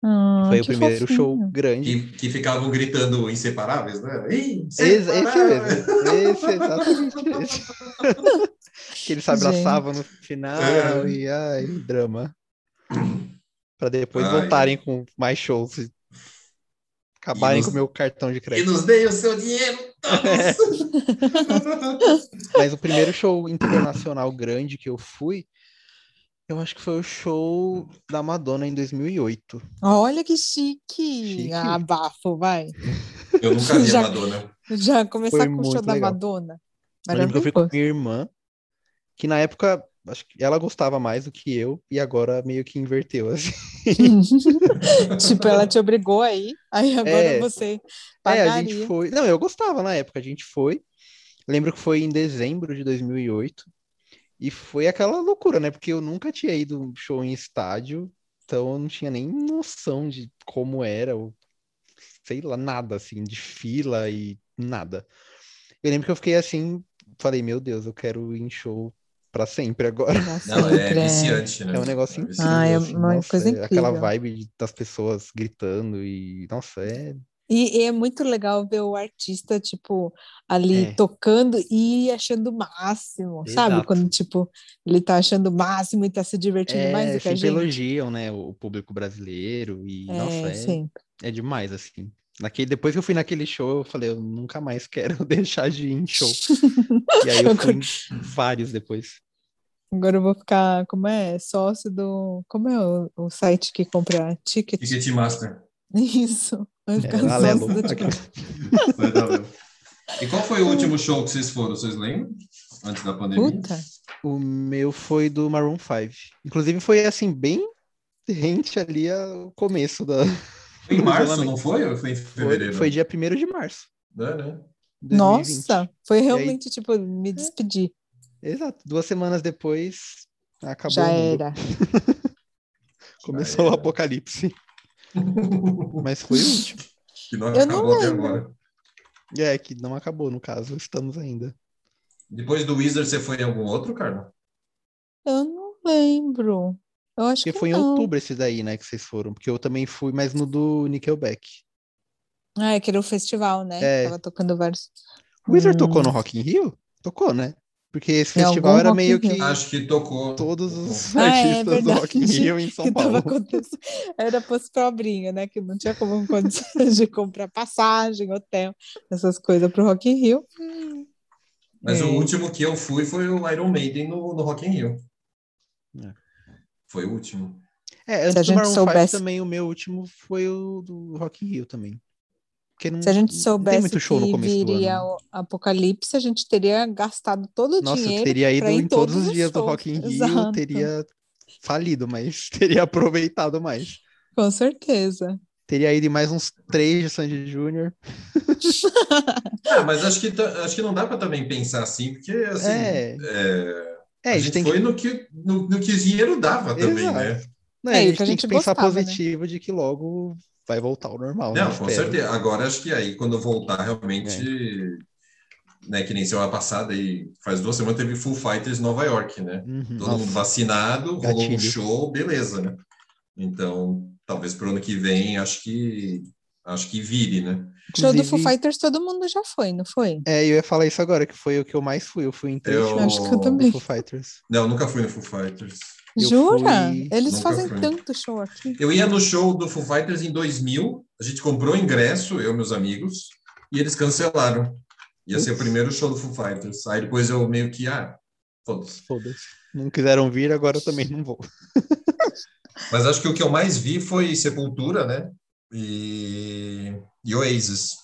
S3: Ah,
S2: foi o
S3: que
S2: primeiro
S3: fofinho.
S2: show grande.
S1: Que, que ficavam gritando inseparáveis, né? Ih,
S2: Esse, esse
S1: inseparáveis!
S2: mesmo. Esse, exatamente esse. que eles se abraçavam no final
S1: É.
S2: e ai, drama. Pra depois
S1: Ai.
S2: voltarem com mais shows. e Acabarem
S1: E nos-
S2: com o meu cartão de
S1: E
S2: crédito.
S1: nos deem o seu dinheiro, Thanos!
S2: Mas o primeiro show internacional grande que eu fui, eu acho que foi o show da Madonna em 2008.
S3: Olha que chique.
S2: Chique.
S3: Ah, bafo, vai.
S1: Eu nunca vi
S3: Já-
S1: a Madonna.
S3: Já começar
S2: Foi
S3: com o show
S2: muito
S3: da
S2: legal.
S3: Madonna.
S2: Eu lembro que eu fui com
S3: Maravilhoso.
S2: minha irmã, que na época, acho que ela gostava mais do que eu, e agora meio que inverteu, assim.
S3: tipo, ela te obrigou aí, aí agora
S2: É.
S3: você
S2: É,
S3: pagaria.
S2: a gente foi. Não, eu gostava na época, a gente foi. Lembro que foi em dezembro de 2008. E foi aquela loucura, né? Porque eu nunca tinha ido um show em estádio, então eu não tinha nem noção de como era, ou sei lá, nada assim, de fila e nada. Eu lembro que eu fiquei assim, falei, meu Deus, eu quero ir em show pra sempre agora.
S3: Nossa,
S1: Não, é
S3: incrível.
S1: viciante, né?
S2: É um negócio
S1: É
S2: incrível.
S1: viciante.
S3: Ah, é
S2: assim,
S3: uma
S2: nossa,
S3: coisa
S2: é Aquela
S3: incrível.
S2: vibe de- das pessoas gritando e, nossa, é
S3: E, e é muito legal ver o artista, tipo, ali
S2: É.
S3: tocando e achando o máximo, sabe?
S2: Exato.
S3: Quando, tipo, ele tá achando o máximo e tá se divertindo
S2: É,
S3: mais do que a
S2: sempre
S3: gente.
S2: elogiam, né, o o público brasileiro e,
S3: É,
S2: nossa, é,
S3: sim.
S2: é demais, assim. Naquele, depois que eu fui naquele show, eu falei, eu nunca mais quero deixar de ir em show. E aí eu fui em vários depois.
S3: Agora eu vou ficar, como é? Sócio do. Como é o, o site que compra ticket?
S1: Ticket Master.
S3: Isso. Vai
S2: É,
S3: ficar só
S2: um Alelo.
S3: isso daqui.
S1: Vai dar mesmo. E qual foi o último show que vocês foram? Vocês lembram? Antes da pandemia?
S3: Puta.
S2: O meu foi do Maroon 5. Inclusive, foi assim, bem rente ali ao começo da.
S1: Foi em março,
S2: Isolamento.
S1: não foi? Ou foi em
S2: Foi,
S1: fevereiro? né?
S2: foi dia 1 de março.
S1: É, né?
S2: de 2020.
S3: Nossa, foi realmente tipo
S2: É.
S3: me despedir.
S2: Exato. Duas semanas depois, acabou.
S3: Já
S2: o mundo.
S3: era.
S2: Começou
S1: Já
S2: o
S1: era.
S2: apocalipse. Mas foi o último.
S1: Que não
S3: Eu
S1: acabou
S3: não
S1: até
S3: lembro.
S1: agora.
S2: É, que não acabou, no caso. Estamos ainda.
S1: Depois do Wizard, você foi em algum outro, cara?
S3: Eu não lembro. Eu acho que,
S2: Porque foi em
S3: não.
S2: outubro esse daí, né, que vocês foram. Porque eu também fui, mas no do Nickelback.
S3: Ah, é que era o festival, né?
S2: É.
S3: Tava tocando vários.
S2: O Wizard
S3: Hum.
S2: tocou no Rock in Rio? Tocou, né? Porque esse
S3: Em
S2: festival
S3: algum
S2: era
S3: Rock in
S2: meio
S3: Rio.
S2: que
S1: Acho que tocou.
S2: todos os
S3: Ah, é
S2: artistas do
S3: verdade.
S2: Rock in Rio em São
S3: que tava
S2: Paulo.
S3: acontecendo. Era pós-pobrinho, né? Que não tinha como condições de comprar passagem, hotel, essas coisas pro Rock in Rio.
S1: Mas
S3: É.
S1: o último que eu fui foi o Iron Maiden no, no Rock in Rio.
S2: É.
S1: Foi o último.
S2: É,
S3: Se a
S2: antes do
S3: gente
S2: Maroon 5
S3: soubesse-
S2: também, o meu último foi o do Rock in Rio também. Porque não,
S3: Se a gente
S2: não
S3: soubesse
S2: tem muito show
S3: que
S2: no começo do
S3: viria
S2: ano. né?
S3: o apocalipse, a gente teria gastado todo o
S2: Nossa, eu
S3: dinheiro.
S2: teria ido
S3: pra ir
S2: em todos os dias do
S3: shows.
S2: Rock in Rio,
S3: Exato,
S2: teria falido, mas teria aproveitado mais.
S3: Com certeza.
S2: Teria ido em mais uns três de Sandy Júnior.
S1: Ah, mas acho que, tá- acho que não dá para também pensar assim, porque assim.
S2: É.
S1: é,
S2: É,
S1: a gente
S2: tem
S1: foi
S2: que,
S1: no, que, no, no que o dinheiro dava também,
S2: Exato.
S1: né?
S2: não,
S3: É,
S2: a
S3: e
S2: gente
S3: que a
S2: tem
S3: gente
S2: que pensar
S3: gostava, né?
S2: positivo de que logo vai voltar ao normal. né?
S1: Não, com
S2: Espero.
S1: certeza. Agora acho que aí quando voltar realmente, né, que nem semana passada e faz duas semanas teve Full Fighters em Nova York, né?
S2: Uhum,
S1: Todo
S2: nossa.
S1: mundo vacinado, rolou um
S2: Gatilho.
S1: show, beleza, né? Então, talvez pro ano que vem, acho que acho que vire, né?
S3: Show do
S2: Inclusive,
S3: Foo Fighters todo mundo já foi, não foi?
S2: É, eu ia falar isso agora, que foi o que eu mais fui. Eu fui em três
S1: Eu-
S2: shows
S3: Acho que eu
S1: do
S2: do
S3: também.
S2: Foo Fighters.
S1: Não, nunca fui no Full Fighters.
S2: Eu
S3: Jura?
S2: fui-
S3: Eles
S1: Nunca
S3: fazem
S1: fui.
S3: tanto show aqui.
S1: Eu ia no show do Full Fighters em 2000, a gente comprou ingresso, eu e meus amigos, e eles cancelaram. Ia ser o primeiro show do Full Fighters. Aí depois eu meio que, ah, foda-se.
S2: Foda-se. Não quiseram vir, agora eu também não vou.
S1: Mas acho que o que eu mais vi foi Sepultura, né? E, e Oasis.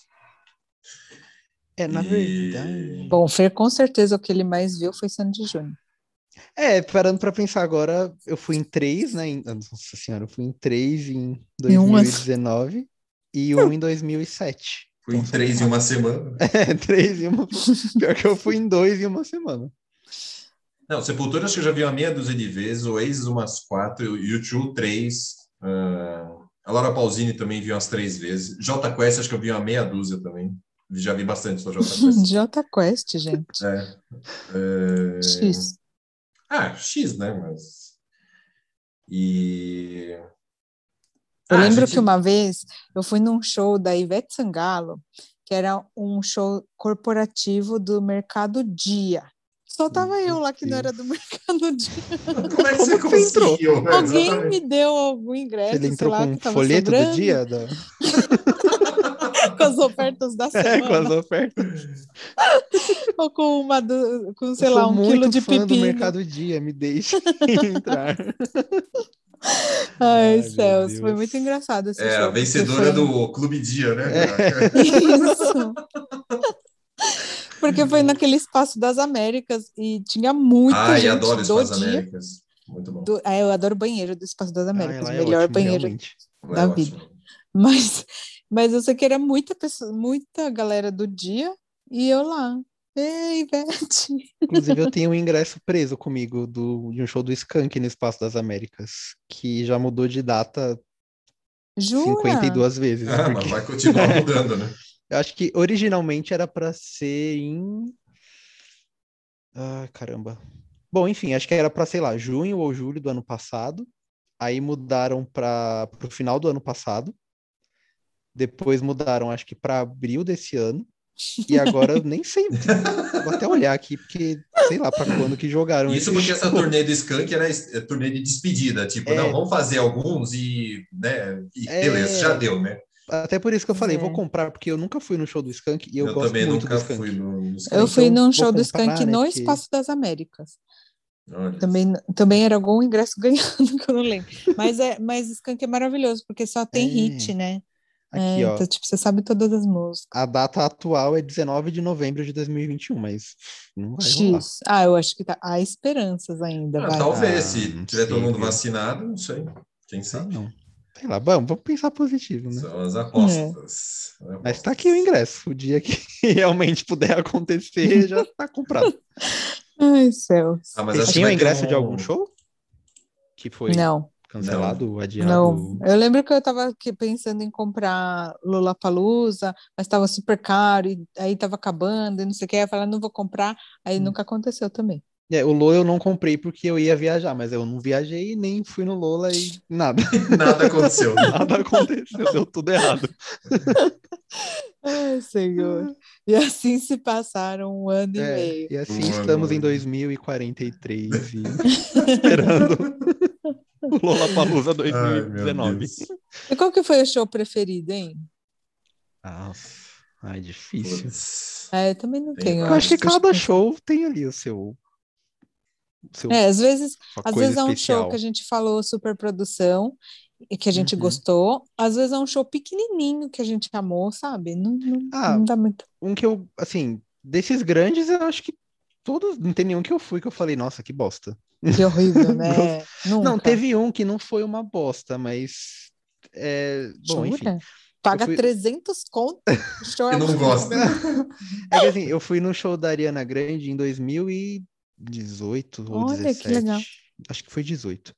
S2: É, na
S1: E-
S2: verdade.
S3: Bom, o Fer, com certeza o que ele mais viu foi Sandy Júnior.
S2: É, parando pra pensar agora, eu fui em três, né? em- Nossa senhora, eu fui em três em
S3: Em Hum. um ano.
S2: 2019 e um em 2007.
S1: Fui em três em uma semana.
S2: É, três em uma. Pior que eu fui em dois em uma semana.
S1: Não, Sepultura acho que eu já vi uma meia dúzia de vezes, Oasis umas quatro, YouTube três. ah, a Laura Pausini também vi umas três vezes. J Quest acho que eu vi uma meia dúzia também. Já vi bastante só J Quest.
S3: Jota Quest, gente.
S1: É. É.
S3: X.
S1: Ah, X, né? Mas. E.
S3: Eu
S1: Ah,
S3: lembro
S1: gente-
S3: que uma vez eu fui num show da Ivete Sangalo, que era um show corporativo do Mercado Dia. Só tava eu lá que não era do Mercado Dia.
S1: Como é que você
S2: Como que você entrou?
S1: conseguiu? né?
S3: Alguém
S1: Exatamente.
S3: me deu algum ingresso,
S2: Ele
S3: É, sei
S2: entrou
S3: lá,
S2: com
S3: que
S2: um
S3: tava
S2: folheto
S3: sobrando,
S2: do dia da...
S3: com as ofertas da
S2: é,
S3: semana,
S2: com as ofertas.
S3: ou com uma do- com, sei
S2: Eu
S3: lá,
S2: sou
S3: um
S2: muito
S3: quilo de
S2: fã do
S3: pepino.
S2: Mercado Dia, me deixa entrar. Ai,
S3: Ai,
S2: meu
S3: céus, foi
S2: Deus.
S3: muito engraçado esse
S1: É,
S3: show.
S1: a
S3: porque
S1: vencedora
S3: foi-
S1: do Clube Dia, né?
S3: É, Isso. Porque foi naquele espaço das Américas e tinha muita
S1: Ai,
S3: gente
S1: adoro
S3: do
S1: Espaço
S3: dia.
S1: Américas. Muito bom.
S3: do- ah, eu adoro o banheiro do Espaço das Américas,
S2: lá
S3: o
S2: é
S3: melhor
S2: ótimo,
S3: banheiro.
S2: realmente.
S1: Lá
S3: da
S1: é
S3: vida.
S1: ótimo.
S3: Mas, mas eu sei que era muita pessoa, muita galera do dia e eu lá. É, Ei, Beth!
S2: Inclusive, eu tenho um ingresso preso comigo do, de um show do Skank no Espaço das Américas, que já mudou de data
S3: Jura?
S2: 52 vezes.
S1: Ah,
S2: porque-
S1: mas vai continuar mudando, né?
S2: Eu acho que originalmente era pra ser em. Ah, caramba. Bom, enfim, acho que era pra, sei lá, junho ou julho do ano passado. Aí mudaram para o final do ano passado. Depois mudaram, acho que para abril desse ano. E agora eu nem sei. Vou até olhar aqui, porque sei lá para quando que jogaram
S1: Isso
S2: Então, esse
S1: porque essa
S2: jogo.
S1: turnê do Skank era es- é, turnê de despedida. Tipo,
S2: É.
S1: não, vamos fazer alguns e, né? e
S2: É.
S1: beleza, já deu, né?
S2: Até por isso que eu falei, vou
S3: É.
S2: comprar, porque eu nunca fui no show do Skank e eu,
S1: Eu
S2: gosto
S1: também
S2: muito
S1: nunca
S2: do Skank.
S1: fui no, no
S3: Eu
S1: Skank.
S3: fui
S2: Então,
S3: num
S2: vou
S3: show do
S2: comprar,
S3: Skank
S2: né,
S3: no
S2: porque-
S3: Espaço das Américas.
S1: Olha.
S3: Também, também era algum ingresso ganhado que eu não lembro. Mas, é, mas Skank é maravilhoso, porque só tem
S2: É.
S3: hit, né?
S2: Aqui,
S3: é,
S2: ó. Ah,
S3: Então, tipo, você sabe todas as músicas.
S2: A data atual é 19 de novembro de 2021, mas não vai rolar.
S3: X. Ah, eu acho que tá. Há esperanças ainda.
S1: Ah,
S3: vai.
S1: talvez,
S2: Ah,
S1: se
S2: não
S1: tiver todo
S2: sei,
S1: mundo
S2: viu?
S1: vacinado, não sei. Quem
S2: Sei
S1: sabe?
S2: não. Sei lá, vamos, vamos pensar positivo, né?
S1: São as apostas.
S2: Mas tá aqui o ingresso. O dia que realmente puder acontecer, já tá comprado.
S3: Ai, céus.
S1: Ah, mas
S2: Mas
S1: acho que
S2: tinha o
S1: vai ter
S2: ingresso
S1: um-
S2: de algum show? Que foi
S3: Não.
S2: cancelado, adiado?
S3: Não, eu lembro que eu estava pensando em comprar Lollapalooza, mas estava super caro, e aí estava acabando, e não sei o que, aí eu falei, "Ah, não vou comprar, aí
S2: Hum.
S3: nunca aconteceu também.
S2: É, o Lola eu não comprei porque eu ia viajar, mas eu não viajei nem fui no Lola e nada.
S1: Nada aconteceu.
S2: Nada aconteceu, deu tudo errado.
S3: Ai, senhor. E assim se passaram um ano e meio.
S2: É, e assim
S1: Um ano,
S2: estamos
S1: né?
S2: em 2043 e esperando o Lola Palusa
S1: Ai, meu
S2: 2019.
S1: Deus.
S3: E qual que foi o show preferido, hein?
S2: Nossa, ai, difícil.
S1: Putz.
S3: Ah, eu também não
S1: Tem
S3: tenho.
S2: Eu acho que
S3: acho que-
S2: cada show tem ali o seu. seu
S3: É, às vezes,
S2: sua
S3: às
S2: coisa
S3: vezes é um
S2: especial.
S3: show que a gente falou super produção e que a gente
S2: Uhum.
S3: gostou, às vezes é um show pequenininho que a gente amou, sabe? Não, não,
S2: Ah,
S3: não dá muito.
S2: Um que eu, assim, desses grandes, eu acho que todos. Não tem nenhum que eu fui que eu falei, nossa, que bosta.
S3: Que horrível, né? Nunca.
S2: Não, teve um que não foi uma bosta, mas. é, bom, enfim.
S3: Jura? Paga
S2: Eu fui-
S3: 300 conto. o show é
S1: Eu não
S3: muito
S1: gosto.
S3: bom.
S2: É que assim, eu fui no show da Ariana Grande em 2018 ou
S3: Olha, que
S2: 17.
S3: legal.
S2: Acho que foi 18.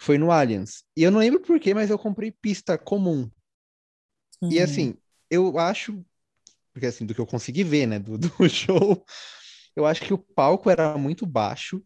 S2: Foi no Allianz. E eu não lembro por quê, mas eu comprei pista comum.
S3: Uhum.
S2: E assim, eu acho. Porque assim, do que eu consegui ver, né, do, do show, eu acho que o palco era muito baixo.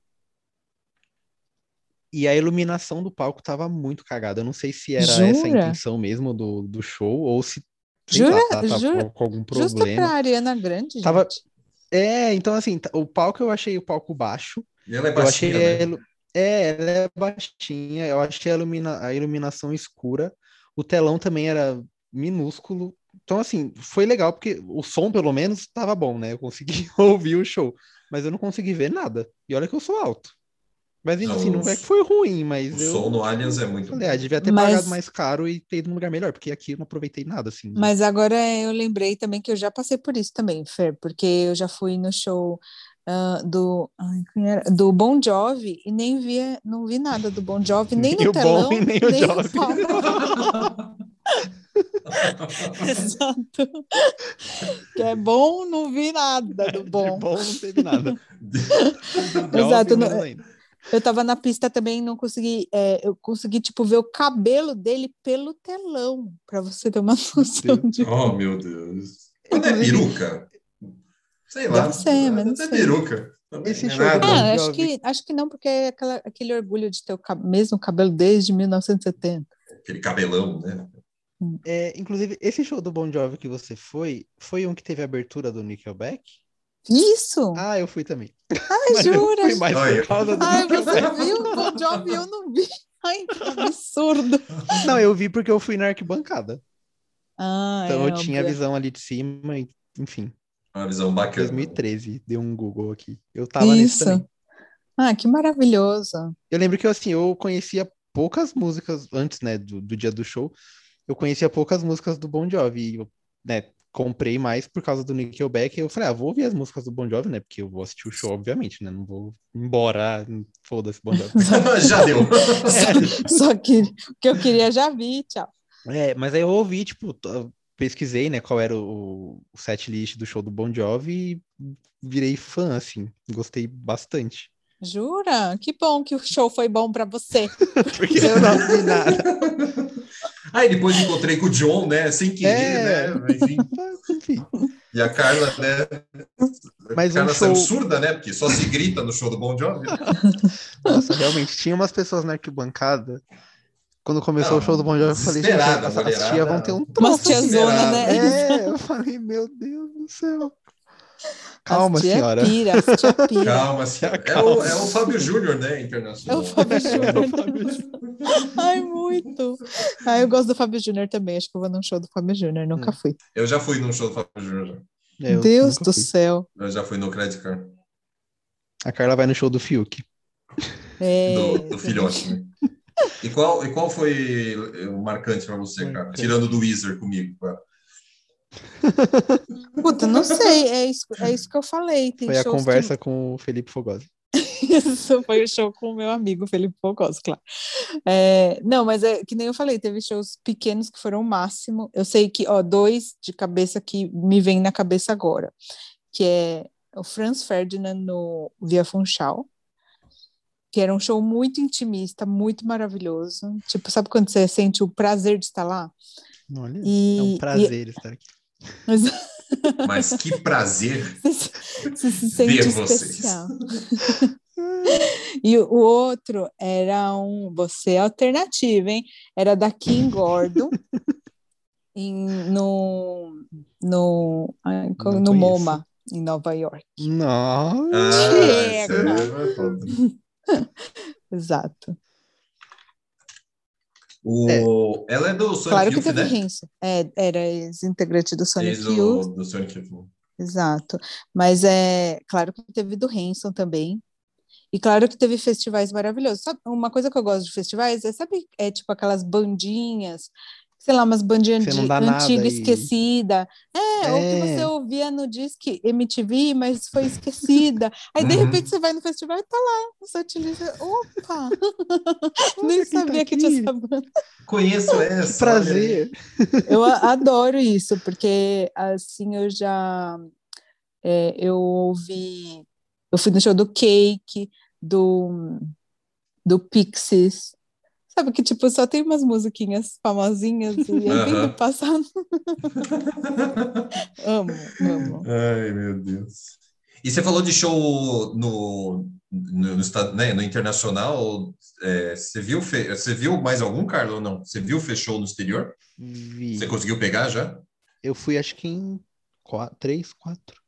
S2: E a iluminação do palco tava muito cagada. Eu não sei se era essa a
S3: Jura?
S2: intenção mesmo do, do show, ou se. sei
S3: Jura?
S2: lá, tava
S3: Jura?
S2: com algum
S3: Justo pra
S2: problema.
S3: Ariana Grande,
S2: Tava-
S3: gente.
S2: É, então assim, tá- o palco eu achei o palco baixo.
S1: E ela é
S2: Eu achei
S1: baixinha, né?
S2: a ilu- é, ela é baixinha, eu achei a, ilumina- a iluminação escura, o telão também era minúsculo. Então, assim, foi legal, porque o som, pelo menos, estava bom, né? Eu consegui ouvir o show, mas eu não consegui ver nada. E olha que eu sou alto. Mas
S1: Não,
S2: assim, não
S1: o
S2: é que foi ruim, mas
S1: O
S2: eu
S1: som no Aliens é muito
S2: falei, ah, devia ter
S3: Mas-
S2: pagado mais caro e ter ido num lugar melhor, porque aqui eu não aproveitei nada, assim.
S3: Mas agora eu lembrei também que eu já passei por isso também, Fer, porque eu já fui no show ah, do, ai, quem era? do Bon Jovi e nem via, não vi nada do Bon Jovi, nem,
S2: Nem
S3: no
S2: o
S3: telão,
S2: bom e nem o
S3: no
S2: Jovi.
S3: palco.
S1: bom.
S3: Exato. Que é bom, não vi nada do
S2: De bom não teve nada.
S3: Exato, não-
S2: menos ainda.
S3: Eu tava na pista também, não consegui. é, eu consegui, tipo, ver o cabelo dele pelo telão, pra você ter uma noção de.
S1: Oh, meu Deus. Quando é peruca? Sei lá.
S3: Deve ser, mas não
S1: Até
S3: sei.
S1: peruca. Também
S2: Esse
S1: não é
S2: show
S1: nada.
S2: do Bon
S3: Ah, acho
S2: Jovi.
S3: que, acho que não, porque é aquela- aquele orgulho de ter o cab- mesmo cabelo desde 1970.
S1: Aquele cabelão, né?
S2: É, inclusive, esse show do Bon Jovi que você foi, foi um que teve a abertura do Nickelback?
S3: Isso!
S2: Ah, eu fui também.
S3: Ai, jura!
S2: Foi mais
S1: Olha.
S2: por causa do
S3: Ai, você
S2: Nickelback.
S3: viu o Bon Jovi? Eu não vi. Ai, que absurdo!
S2: Não, eu vi porque eu fui na arquibancada.
S3: Ah,
S2: Então
S3: é,
S2: eu tinha a
S3: óbvio.
S2: visão ali de cima, e- enfim.
S1: Uma visão bacana.
S2: 2013, deu um Google aqui. Eu tava nisso
S3: Isso.
S2: também.
S3: Ah, que maravilhoso!
S2: Eu lembro que assim, eu conhecia poucas músicas antes, né, do, do dia do show. Eu conhecia poucas músicas do Bon Jovi, e eu, né, comprei mais por causa do Nickelback. Eu falei, ah, vou ouvir as músicas do Bon Jovi, né, porque eu vou assistir o show, obviamente, né, não vou embora, ah, foda-se Bon Jovi.
S1: Já deu.
S3: Só que o que eu queria já vi, tchau.
S2: É, mas aí eu ouvi, tipo, t- eu pesquisei, né, qual era o, o set list do show do Bon Jovi e virei fã, assim, gostei bastante.
S3: Jura? Que bom que o show foi bom pra você.
S2: Porque eu não vi nada.
S1: Aí depois encontrei com o John, né? Sem querer,
S2: É.
S1: né? Enfim.
S2: Enfim,
S1: E a Carla, né?
S2: Mas
S1: a Carla
S2: um show-
S1: saiu surda, né? Porque só se grita no show do Bon Jovi.
S2: nossa, realmente, tinha umas pessoas na arquibancada. Quando começou
S1: Não,
S2: o show do Bon Jovi, eu falei, gente,
S1: desesperada, né?"
S2: as, as
S1: mulherada.
S2: tias vão ter um
S3: Umas
S2: troço.
S1: tias-
S3: tiazona, né?
S2: É, eu falei, meu Deus do céu. Calma,
S3: as tia
S2: senhora.
S3: Pira, as tia pira.
S1: Calma, senhora. É
S2: Calma.
S1: o, é o Fábio Júnior, né?
S3: É o
S1: Internacional.
S3: Fábio
S2: É o
S3: Júnior.
S2: Fábio Júnior.
S3: Ai, muito. Ai, eu gosto do Fábio Júnior também. Acho que eu vou num show do Fábio Júnior. Nunca
S2: Hum.
S3: fui.
S1: Eu já fui num show do Fábio Júnior.
S2: É, eu
S3: Deus
S2: nunca
S3: do
S2: fui.
S3: céu.
S1: já. Eu já fui no Credit Card.
S2: A Carla vai no show do Fiuk.
S3: É,
S1: Do, do filhote, né? E qual, e qual foi o marcante para você, cara? Tirando do Weezer comigo, cara.
S3: Puta, não sei, é isso, é isso que eu falei. Tem
S2: Foi a
S3: shows que-
S2: conversa com o Felipe Fogosi.
S3: Isso foi o show com o meu amigo Felipe Pocos, claro. É, não, mas é que nem eu falei, teve shows pequenos que foram o máximo. Eu sei que, ó, dois de cabeça que me vem na cabeça agora, que é o Franz Ferdinand no Via Funchal, que era um show muito intimista, muito maravilhoso. Tipo, sabe quando você sente o prazer de estar lá?
S2: Olha,
S3: E,
S2: é um
S3: e-
S2: prazer estar aqui.
S1: Mas que prazer.
S3: Você se- você se sente
S1: Ver vocês.
S3: especial. e o outro era um. Você é alternativa, hein? Era da Kim Gordon. em- no no, ai, qual-
S2: Não
S3: no
S2: conheço.
S3: MoMA, em Nova York.
S2: Não,
S1: Ah, isso
S3: Chega.
S1: aí é foda.
S3: Exato.
S1: O... Ela é do Sonic
S3: claro que
S1: Youth,
S3: teve
S1: né?
S3: rinço. É, era ex-integrante do Sonic
S1: Ex
S3: Youth.
S1: do, do Sonic Youth.
S3: Exato. Mas é claro que teve do Hanson também. E claro que teve festivais maravilhosos. Sabe, uma coisa que eu gosto de festivais é, sabe, é tipo aquelas bandinhas, sei lá, umas bandinhas
S2: Você não
S3: de-
S2: dá nada
S3: antiga
S2: e-
S3: esquecida. É, ou que
S2: É.
S3: você ouvia no Disque MTV, mas foi esquecida. Aí de
S1: Uhum.
S3: repente você vai no festival e tá lá, você utiliza. Opa! Nem
S2: quem tá
S3: sabia que tinha
S2: aqui.
S3: essa banda.
S1: Conheço essa.
S2: que prazer.
S3: Eu a- adoro isso, porque assim eu já é, eu ouvi, eu fui no show do Cake, do, do Pixies. Sabe que tipo só tem umas musiquinhas famosinhas e aí vem
S1: Aham.
S3: do passado. Amo, amo.
S1: Ai, meu Deus. E você falou de show no, no, no, estado- né, no internacional. é, você, viu, fe- você viu mais algum, Carlos, ou não? Você viu fechou no exterior?
S2: Vi.
S1: Você conseguiu pegar já?
S2: Eu fui, acho que em quatro, três, quatro.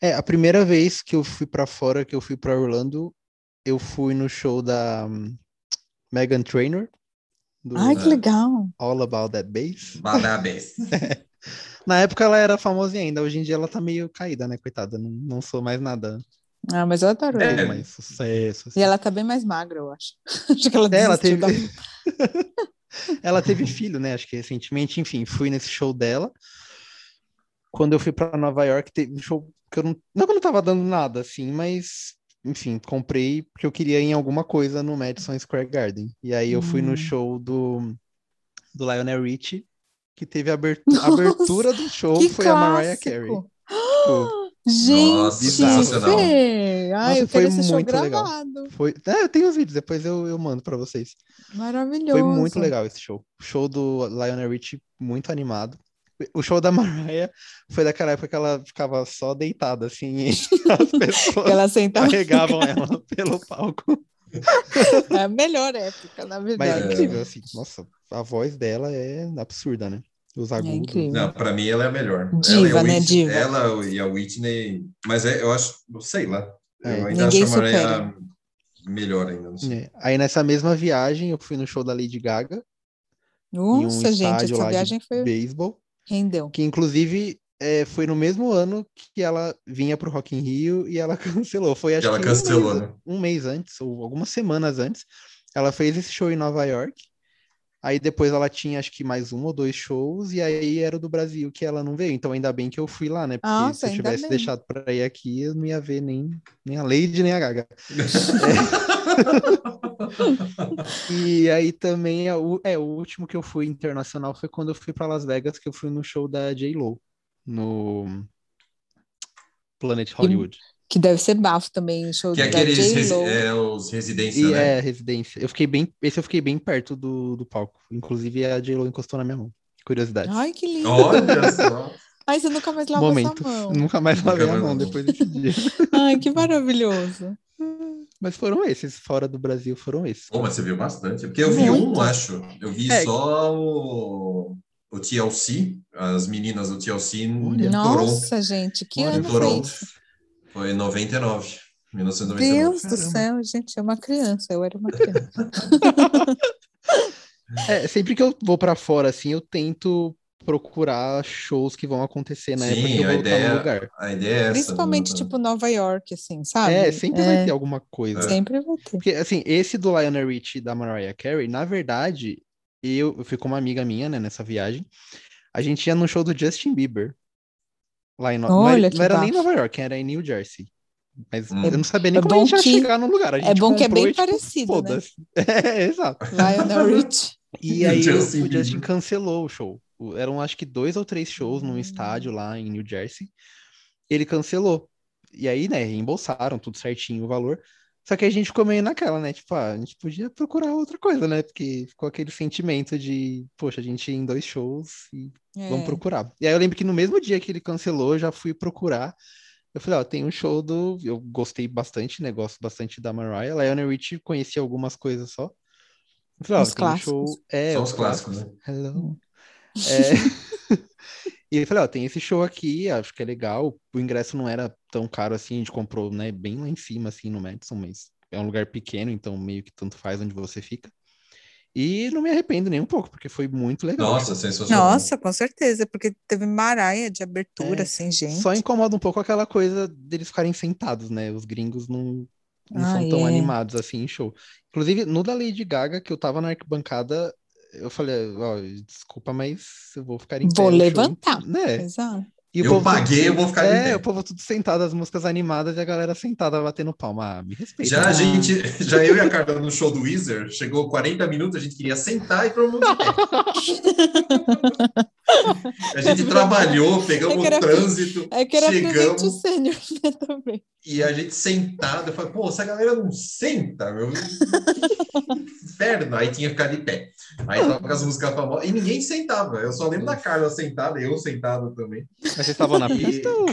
S2: É, a primeira vez que eu fui pra fora, que eu fui pra Orlando, eu fui no show da hum, Megan Trainor, do
S3: Ai, que
S1: É.
S3: legal.
S2: All About That Bass.
S1: Parabéns.
S2: Na época ela era famosa ainda, hoje em dia ela tá meio caída, né, coitada? Não, não sou mais nada,
S3: Ah, mas eu adoro
S1: É.
S3: ela.
S2: não mais sucesso.
S3: E
S2: assim.
S3: ela tá bem mais magra, eu acho. Acho que ela
S2: É, ela
S3: desistiu
S2: teve.
S3: da-
S2: ela teve filho, né? Acho que recentemente, enfim, fui nesse show dela. Quando eu fui pra Nova York, teve um show que eu não. Não que eu não tava dando nada, assim, mas. Enfim, comprei porque eu queria ir em alguma coisa no Madison Square Garden. E aí eu fui
S3: Hum.
S2: no show do, do Lionel Richie, que teve a abertura, a abertura do show,
S3: Que
S2: foi a Mariah Carey.
S3: clássico!
S2: Tipo,
S1: Nossa,
S3: Gente,
S1: sensacional.
S3: Fê! Ai,
S2: Nossa,
S3: eu quero
S2: foi
S3: esse show
S2: muito legal.
S3: gravado.
S2: foi... Ah, eu tenho os vídeos, depois eu, eu mando pra vocês.
S3: Maravilhoso.
S2: Foi muito legal esse show. O show do Lionel Richie, muito animado. O show da Mariah foi daquela época que ela ficava só deitada, assim, e as pessoas
S3: Ela assim. sentava.
S2: carregavam ela pelo palco.
S3: É a melhor época, na
S2: Mas
S3: verdade.
S2: é incrível, assim, nossa, a voz dela é absurda, né? Os agudos.
S3: É incrível.
S1: Não, para mim ela é a melhor.
S3: Diva,
S1: ela e a
S3: né,
S1: Whitney,
S3: diva?
S1: Ela e a Whitney. Mas é, eu acho, não sei lá.
S2: É.
S1: Eu ainda
S3: Ninguém
S1: acho a Mariah
S3: supera.
S1: melhor ainda. Não sei.
S2: É. Aí nessa mesma viagem, eu fui no show da Lady Gaga, em um
S3: Nossa, gente,
S2: estádio lá
S3: essa
S2: de
S3: viagem foi.
S2: beisebol,
S3: Rendeu.
S2: que inclusive é, foi no mesmo ano que ela vinha pro Rock in Rio e ela cancelou. Foi acho
S1: ela
S2: que um
S1: cancelou,
S2: mês-
S1: né?
S2: um mês antes, ou algumas semanas antes, ela fez esse show em Nova York. Aí depois ela tinha acho que mais um ou dois shows, e aí era o do Brasil que ela não veio. Então ainda bem que eu fui lá, né? Porque
S3: Nossa,
S2: se eu
S3: ainda
S2: tivesse
S3: bem.
S2: deixado pra ir aqui, eu não ia ver nem, nem a Lady, nem a Gaga. É. E aí também, é o, é, o último que eu fui internacional foi quando eu fui pra Las Vegas, que eu fui no show da J-Lo, no Planet Hollywood.
S3: Que deve ser bafo também, o show
S1: Que é
S3: da
S1: aqueles resi-
S3: J-Lo.
S1: é, os residência,
S2: E
S1: né?
S2: é, residência. Eu fiquei bem, esse eu fiquei bem perto do, do palco. Inclusive a J-Lo encostou na minha mão. Curiosidade.
S3: Ai, que lindo.
S1: Olha só.
S3: Ai, você nunca
S2: Um
S3: mais lava
S2: Momentos.
S3: essa mão.
S2: Nunca mais
S1: Nunca
S2: lavei a
S1: mais
S2: mão
S1: lavou.
S2: depois desse dia.
S3: Ai, que maravilhoso.
S2: Mas foram esses, fora do Brasil foram esses.
S1: Pô, mas você viu bastante. Porque eu vi
S3: Muito.
S1: um, acho. Eu vi
S2: É.
S1: só o, o TLC, as meninas do TLC em
S2: Olha.
S1: Toronto.
S3: Nossa, gente, que
S2: Olha,
S3: ano foi
S1: Toronto.
S3: isso?
S1: Foi em 99. 1999.
S3: Deus do céu, gente, é uma criança, eu era uma criança.
S2: É, sempre que eu vou pra fora assim, eu tento procurar shows que vão acontecer na
S1: Sim,
S2: época que eu
S1: a
S2: vou estar
S1: ideia-
S2: no lugar.
S1: A ideia é essa.
S3: Principalmente,
S1: do-
S3: tipo, Nova York, assim, sabe?
S2: É, sempre vai
S3: É,
S2: ter alguma coisa.
S3: Sempre vai ter.
S2: Porque, assim, esse do Lionel Richie e da Mariah Carey, na verdade, eu, eu fui com uma amiga minha, né, nessa viagem. A gente ia no show do Justin Bieber. Lá em no... não
S3: Olha
S2: era,
S3: que
S2: não era nem
S3: bafo.
S2: Nova York, era em New Jersey. Mas
S1: Hum.
S2: eu não sabia nem
S3: É
S2: como a
S3: bom
S2: gente ia
S3: que-
S2: chegar no lugar. A
S3: É
S2: gente
S3: bom que é
S2: comprou
S3: bem
S2: e, tipo,
S3: parecido, né?
S2: foda-se. É, exato.
S3: Lionel Rich.
S2: E aí o-
S1: Justin
S2: o Justin
S1: Bieber.
S2: cancelou o show. O- Eram acho que dois ou três shows num
S3: Hum.
S2: estádio lá em New Jersey. Ele cancelou. E aí, né, reembolsaram tudo certinho o valor. Só que a gente ficou meio naquela, né? Tipo, ah, a gente podia procurar outra coisa, né? Porque ficou aquele sentimento de, poxa, a gente ia em dois shows e
S3: É.
S2: vamos procurar. E aí eu lembro que no mesmo dia que ele cancelou, eu já fui procurar. Eu falei, ó, tem um show do. Eu gostei bastante, né? Gosto bastante da Mariah. Lionel Richie conhecia algumas coisas só. Eu falei, ó,
S3: Os
S2: tem um
S3: clássicos.
S2: show. É,
S1: Só
S2: os
S1: os clássicos, né?
S2: clássicos. Hello. É. e eu falei, ó, tem esse show aqui, acho que é legal. O ingresso não era tão caro assim, a gente comprou, né, bem lá em cima, assim, no Madison, mas é um lugar pequeno, então meio que tanto faz onde você fica. E não me arrependo nem um pouco, porque foi muito legal.
S1: Nossa, sensacional.
S3: Nossa, com certeza, porque teve Maraia de abertura,
S2: É,
S3: assim, gente.
S2: Só incomoda um pouco aquela coisa deles ficarem sentados, né? Os gringos não, não são
S3: Ah,
S2: tão
S3: é.
S2: animados assim em show. Inclusive, no da Lady Gaga, que eu tava na arquibancada, eu falei, ó, desculpa, mas eu vou ficar em pé
S3: Vou
S2: no show."
S3: levantar.
S1: É.
S2: Né?
S3: Exato.
S2: E
S1: Eu paguei, eu vou ficar
S2: é,
S1: de pé.
S2: o povo tudo sentado, as músicas animadas e a galera sentada batendo palma. Ah, me respeita.
S1: Já
S2: né?
S1: a gente, já eu e a Carla no show do Weezer, chegou 40 minutos, a gente queria sentar e todo mundo de pé. A gente trabalhou, pegamos
S3: É que era-
S1: o trânsito
S3: É que era
S1: Chegamos.
S3: presente sênior né, também.
S1: e a gente sentado. Eu falei, pô, essa galera não senta, meu. Que Inferno. Aí tinha que ficar de pé. Aí tava com as músicas famosas. E ninguém sentava. Eu só lembro da Carla sentada, eu sentado também.
S2: Mas vocês estavam na
S1: E-
S2: pista ou...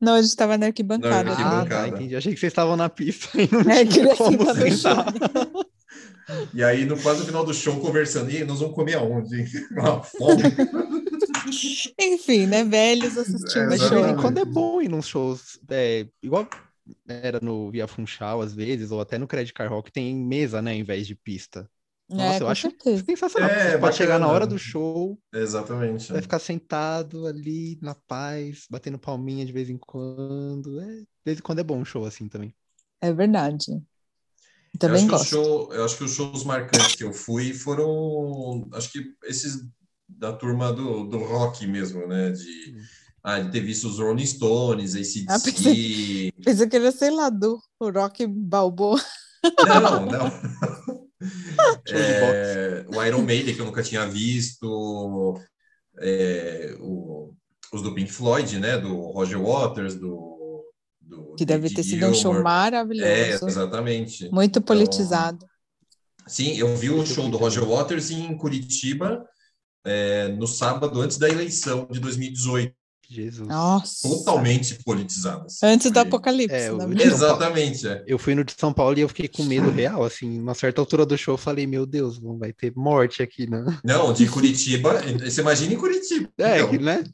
S3: Não, a gente tava na
S1: Na
S3: arquibancada. né?
S1: Que
S2: Ah, tá,
S1: bancada.
S2: entendi. Achei que vocês estavam na pista e não
S3: É,
S2: tinha
S3: queria
S2: como
S3: sentar no
S2: sentar.
S1: E aí, no quase final do show, conversando, e aí, nós vamos comer aonde? Uma fome.
S3: Enfim, né? Velhos assistindo
S1: É,
S3: a
S2: Mas de vez em
S3: show.
S1: exatamente.
S2: quando é bom ir nos shows, é, igual era no Via Funchal, às vezes, ou até no Credit Card Rock, tem mesa, né, em vez de pista. Nossa,
S3: é,
S2: eu
S3: com
S2: acho
S3: certeza.
S2: Sensacional,
S1: É,
S2: porque você pode
S1: bacana. É.
S2: chegar na hora do show,
S1: Exatamente.
S2: vai ficar sentado ali, na paz, batendo palminha de vez em quando. É, de vez em quando é bom um show assim também.
S3: É verdade.
S1: Eu acho
S3: Também
S1: que o
S3: gosto.
S1: show- eu acho que os shows marcantes que eu fui foram, acho que esses da turma do, do rock mesmo, né? De, ah, de ter visto os Rolling Stones,
S3: Ah,
S1: AC/DC.
S3: Pensei que era, sei lá, do o Rock Balboa.
S1: não, não.
S2: Show de
S1: É, o Iron Maiden, que eu nunca tinha visto. é, o- os do Pink Floyd, né? Do Roger Waters, do. do
S3: Que deve
S1: David
S3: ter sido um show
S1: Gilmour. É, Então,
S3: maravilhoso.
S1: exatamente.
S3: muito politizado.
S1: Sim, eu vi o show do Roger Waters em Curitiba é, no sábado antes da eleição de 2018,
S2: Jesus.
S3: Nossa.
S1: totalmente politizado. assim.
S3: Antes do
S1: Foi-
S3: apocalipse, né?
S2: É,
S3: na
S2: o-
S3: verdade.
S1: Exatamente. é.
S2: Eu fui no de São Paulo e eu fiquei com medo real, assim, uma certa altura do show eu falei, meu Deus, não vai ter morte aqui, né?
S1: Não, de Curitiba, você imagina em Curitiba.
S2: É,
S1: então,
S2: que, né?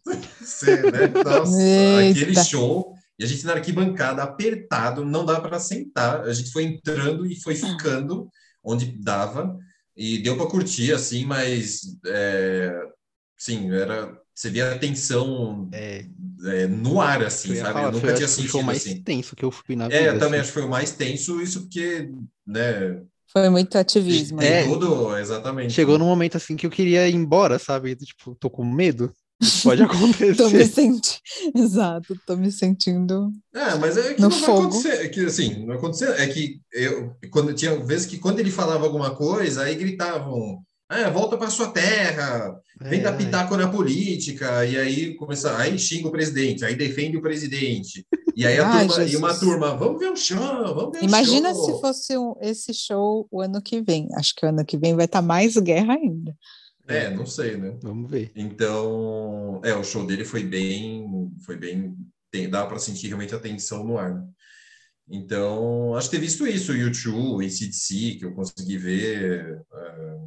S1: você, né? Nossa,
S3: Eita.
S1: aquele show. E a gente na arquibancada apertado, não dá para sentar. A gente foi entrando e foi ficando onde dava. E deu para curtir, assim, mas. É, sim, era. Você via a tensão
S2: É,
S1: é, no ar, assim,
S2: eu ia
S1: sabe?
S2: falar,
S1: eu
S2: foi
S1: nunca
S2: acho
S1: tinha
S2: que o
S1: sentido
S2: show mais
S1: assim.
S2: tenso que eu fui na vida.
S1: É, eu
S2: assim.
S1: também acho que foi o mais tenso, isso porque, né,
S3: Foi muito ativismo.
S1: tem
S3: né?
S2: É.
S1: tudo, exatamente.
S2: Chegou num momento assim que eu queria ir embora, sabe? Tipo, tô com medo. Isso Pode
S3: Tô me
S2: acontecer.
S3: sentindo. Exato, tô me sentindo.
S1: É, mas é que
S3: No
S1: não vai
S3: fogo.
S1: acontecer, é que assim, não aconteceu, é que eu, quando tinha vezes que quando ele falava alguma coisa, aí gritavam, ah, volta para sua terra,
S2: É,
S1: vem
S3: É.
S1: dar pitaco na política, e aí começa, aí xinga o presidente, aí defende o presidente, e aí a
S3: Ai,
S1: turma, e uma
S3: Jesus.
S1: turma, vamos ver o chão, vamos ver o
S3: Imagina
S1: show."
S3: se fosse um- esse show o ano que vem. Acho que o ano que vem vai estar mais guerra ainda.
S1: É, não sei, né?
S2: Vamos ver.
S1: Então, é, o show dele foi bem, foi bem, tem, dá para sentir realmente a tensão no ar. né? Então, acho que ter visto isso, o YouTube, o ACDC, que eu consegui ver. eh,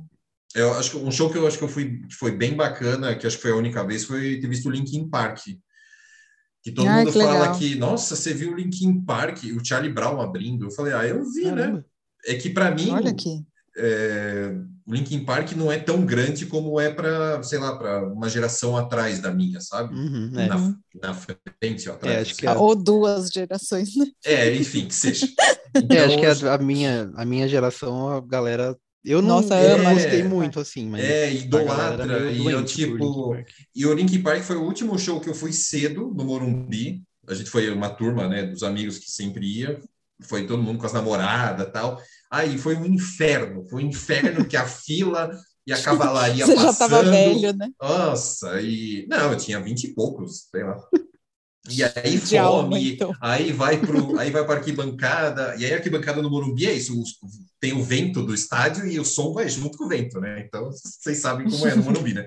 S1: eu acho que um show que eu acho que eu fui, que foi bem bacana, que acho que foi a única vez, foi ter visto o Linkin Park. Que todo
S3: Ai,
S1: mundo
S3: Ah, que
S1: fala
S3: legal.
S1: que, nossa, você viu o Linkin Park, o Charlie Brown abrindo. Eu falei, ah, eu vi, né?
S2: Caramba.
S1: É que para mim,
S3: Olha aqui.
S1: é, o Linkin Park não é tão grande como é para, sei lá, para uma geração atrás da minha, sabe?
S2: Uhum, é.
S1: Na, na frente, ou atrás.
S2: É, acho que
S1: assim.
S2: é.
S3: Ou duas gerações, né?
S1: É, enfim, que seja.
S2: É, acho
S1: Então,
S2: que a, a minha, a minha geração, a galera. Eu não,
S3: Nossa,
S2: eu
S1: ama
S2: não
S1: Linkin
S2: gostei
S1: Park.
S2: muito, assim, mas.
S1: É,
S2: a galera era
S1: idolatra.
S2: meio
S1: E eu,
S2: doente por Linkin
S1: tipo.
S2: Park.
S1: E o Linkin Park foi o último show que eu fui cedo no Morumbi. A gente foi uma turma, né, dos amigos que sempre ia. Foi todo mundo com as namoradas tal. Aí foi um inferno. Foi um inferno que a fila e a cavalaria
S3: Você já
S1: passando.
S3: estava velho, né?
S1: Nossa, e. Não, eu tinha vinte e poucos, sei lá. E aí
S3: De alma,
S1: fome,
S3: então.
S1: aí vai pro, aí vai para arquibancada, e aí a arquibancada no Morumbi é isso, os- tem o vento do estádio e o som vai junto com o vento, né? Então vocês sabem como é no Morumbi, né?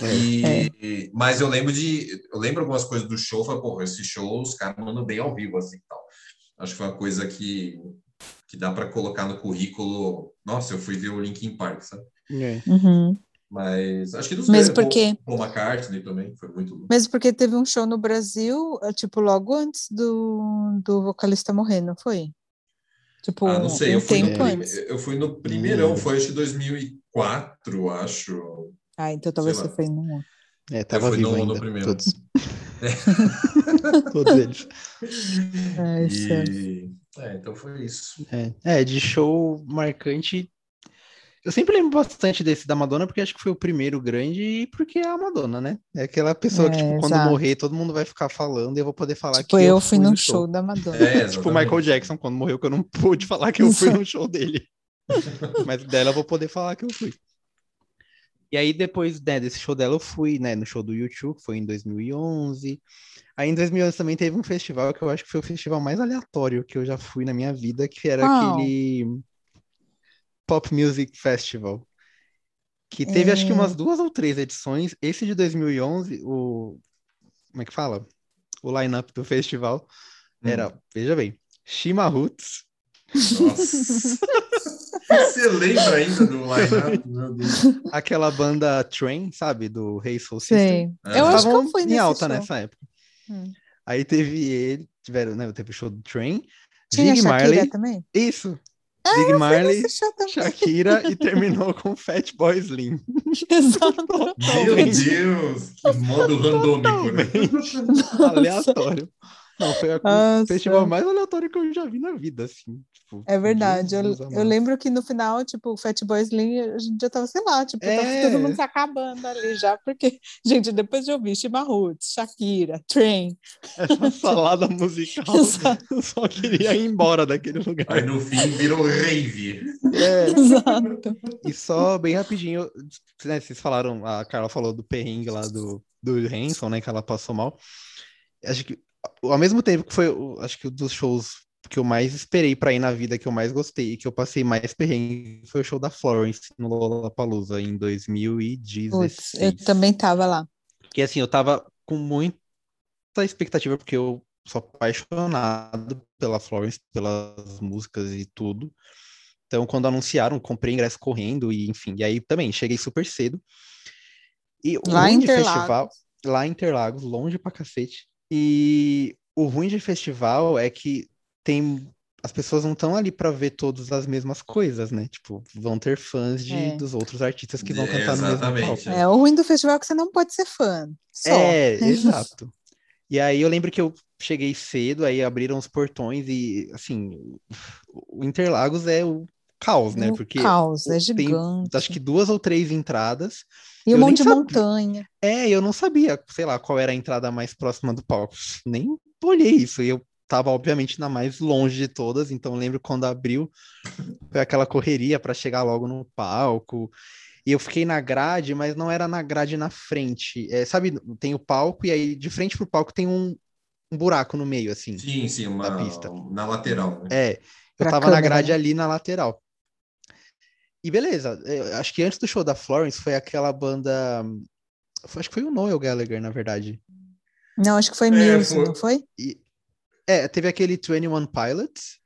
S3: É,
S1: E- e- mas eu lembro de, eu lembro algumas coisas do show, falei, porra, esse show os caras mandam bem ao vivo assim, e tal. Acho que foi uma coisa que que dá para colocar no currículo. Nossa, eu fui ver o Linkin Park, sabe?
S2: É.
S3: Uhum.
S1: Mas acho que dos
S3: Mesmo
S1: grandes,
S3: porque-
S1: Paul, Paul McCartney também foi muito
S3: Mesmo porque teve um show no Brasil, eh, tipo, logo antes do, do vocalista morrer, não foi? Tipo,
S1: Ah, não sei,
S3: um
S1: eu fui, no
S3: tempo
S1: prime...
S3: antes.
S1: eu fui no primeirão,
S2: Hum.
S1: foi acho que 2004, acho.
S3: Ah, então talvez
S1: Sei
S3: você
S1: lá.
S3: foi num outro.
S2: É, tava
S1: Eu fui no-
S2: vivo
S1: no
S2: ainda.
S1: primeiro.
S2: Todos. Todos eles.
S3: Ai, céu.
S1: E... É, então foi isso.
S2: É, é, de show marcante. Eu sempre lembro bastante desse da Madonna, porque acho que foi o primeiro grande, e porque é a Madonna, né? É aquela pessoa que,
S3: É,
S2: tipo, quando
S3: exato.
S2: morrer, todo mundo vai ficar falando e eu vou poder falar
S3: Tipo,
S2: que
S3: eu fui num
S2: no
S3: show da Madonna.
S1: É,
S2: Tipo, o Michael Jackson, quando morreu, que eu não pude falar que eu fui no show dele. Mas dela eu vou poder falar que eu fui. E aí, depois né, desse show dela, eu fui né, no show do YouTube, que foi em 2011. Aí, em 2011, também teve um festival que eu acho que foi o festival mais aleatório que eu já fui na minha vida, que era
S3: Qual?
S2: aquele Pop Music Festival. Que teve, acho que
S3: É.
S2: umas duas ou três edições. Esse de 2011, o... Como é que fala? O line-up do festival era, veja bem, Shima Roots,
S1: Nossa. Você lembra ainda do line-up? Meu Deus.
S2: aquela banda Train, sabe, do Rei Soul System.
S3: Sei. Eu
S1: Ah,
S3: acho que
S2: Estavam
S3: eu fui
S2: em
S3: nesse
S2: alta
S3: show.
S2: nessa época.
S3: Hum.
S2: Aí teve ele, tiveram, né, teve o show do Train,
S3: Tinha a
S2: Zig
S3: Shakira Ah,
S2: Marley,
S3: também?
S2: isso, Zig Marley,
S3: Esse show também.
S2: Shakira e terminou com Fat Boy Slim.
S3: Exato.
S1: Meu Deus, que modo randômico, né?
S2: Aleatório. Não, foi a- o
S3: Nossa.
S2: festival mais aleatório que eu já vi na vida, assim. tipo,
S3: É verdade. Eu,
S2: Jesus amado.
S3: eu lembro que no final, tipo, o Fat Boy Slim, a gente já tava, sei lá, tipo,
S2: É.
S3: tava todo mundo se acabando ali já, porque, gente, depois de ouvir Shima Roots, Shakira, Train,
S2: Essa salada musical,
S3: Exato.
S2: eu só queria ir embora daquele lugar.
S1: Aí no fim virou rave.
S2: É.
S3: exato.
S2: E só bem rapidinho, né, vocês falaram, a Carla falou do perrengue lá do, do Hanson, né, que ela passou mal. Acho que, ao mesmo tempo que foi, o- acho que um dos shows que eu mais esperei pra ir na vida, que eu mais gostei e que eu passei mais perrengue, foi o show da Florence no Lollapalooza em 2016.
S3: Putz, eu também tava lá.
S2: Porque assim, eu tava com muita expectativa, porque eu sou apaixonado pela Florence, pelas músicas e tudo. Então, quando anunciaram, comprei ingresso correndo e enfim. E aí também cheguei super cedo. E o
S3: Lá em
S2: ruim de
S3: Interlagos.
S2: festival, lá em Interlagos, longe pra cacete. E o ruim de festival é que tem as pessoas não estão ali pra ver todas as mesmas coisas, né? Tipo, vão ter fãs de,
S3: É.
S2: dos outros artistas que vão
S1: É,
S2: cantar no mesmo palco.
S1: exatamente.
S3: É, o ruim do festival é que você não pode ser fã. Só.
S2: É, exato. E aí eu lembro que eu cheguei cedo, aí abriram os portões e, assim, o Interlagos é o caos, né?
S3: O
S2: Porque
S3: caos, é
S2: tem-
S3: gigante.
S2: acho que duas ou três entradas.
S3: E
S2: eu
S3: um
S2: nem
S3: monte de
S2: sabia.
S3: montanha.
S2: É, eu não sabia, sei lá, qual era a entrada mais próxima do palco. Nem olhei isso. E eu tava, obviamente, na mais longe de todas. Então, eu lembro quando abriu, foi aquela correria para chegar logo no palco. E eu fiquei na grade, mas não era na grade na frente. É, sabe, tem o palco, e aí de frente pro palco tem um, um buraco no meio, assim.
S1: Sim, sim, uma,
S2: Na pista.
S1: na lateral. Né?
S2: É, eu
S3: Pra
S2: tava na
S3: câmera,
S2: grade
S3: né?
S2: ali na lateral. E beleza, eu acho que antes do show da Florence foi aquela banda. foi- Acho que foi o Noel Gallagher, na verdade.
S3: Não, acho que foi
S1: É,
S3: Muse,
S1: foi.
S3: não foi?
S2: E, é, teve aquele 21 Pilots,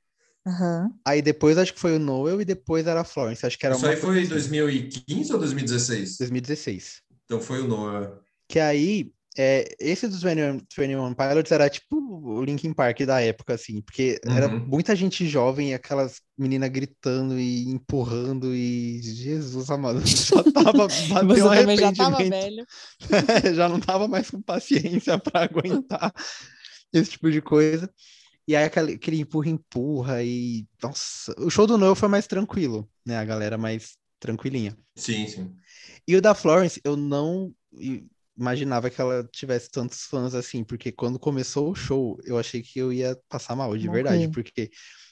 S3: Aham.
S2: aí depois acho que foi o Noel e depois era a Florence. Acho que era
S1: Isso
S2: uma
S1: aí foi
S2: coisa assim,
S1: 2015 ou 2016?
S2: 2016.
S1: Então foi o Noah.
S2: Que aí é, esse dos 21, 21 Pilots era tipo o Linkin Park da época, assim, porque era
S1: Uhum.
S2: muita gente jovem e aquelas meninas gritando e empurrando e Jesus amado, já tava bateu
S3: Você
S2: um
S3: também já estava
S2: arrependimento.
S3: velho.
S2: já não tava mais com paciência para aguentar esse tipo de coisa. E aí aquele, aquele empurra, empurra e nossa, o show do Noel foi mais tranquilo, né? A galera mais tranquilinha.
S1: Sim, sim.
S2: E o da Florence, eu não i- imaginava que ela tivesse tantos fãs assim, porque quando começou o show, eu achei que eu ia passar mal, de
S3: Morrer.
S2: verdade, porque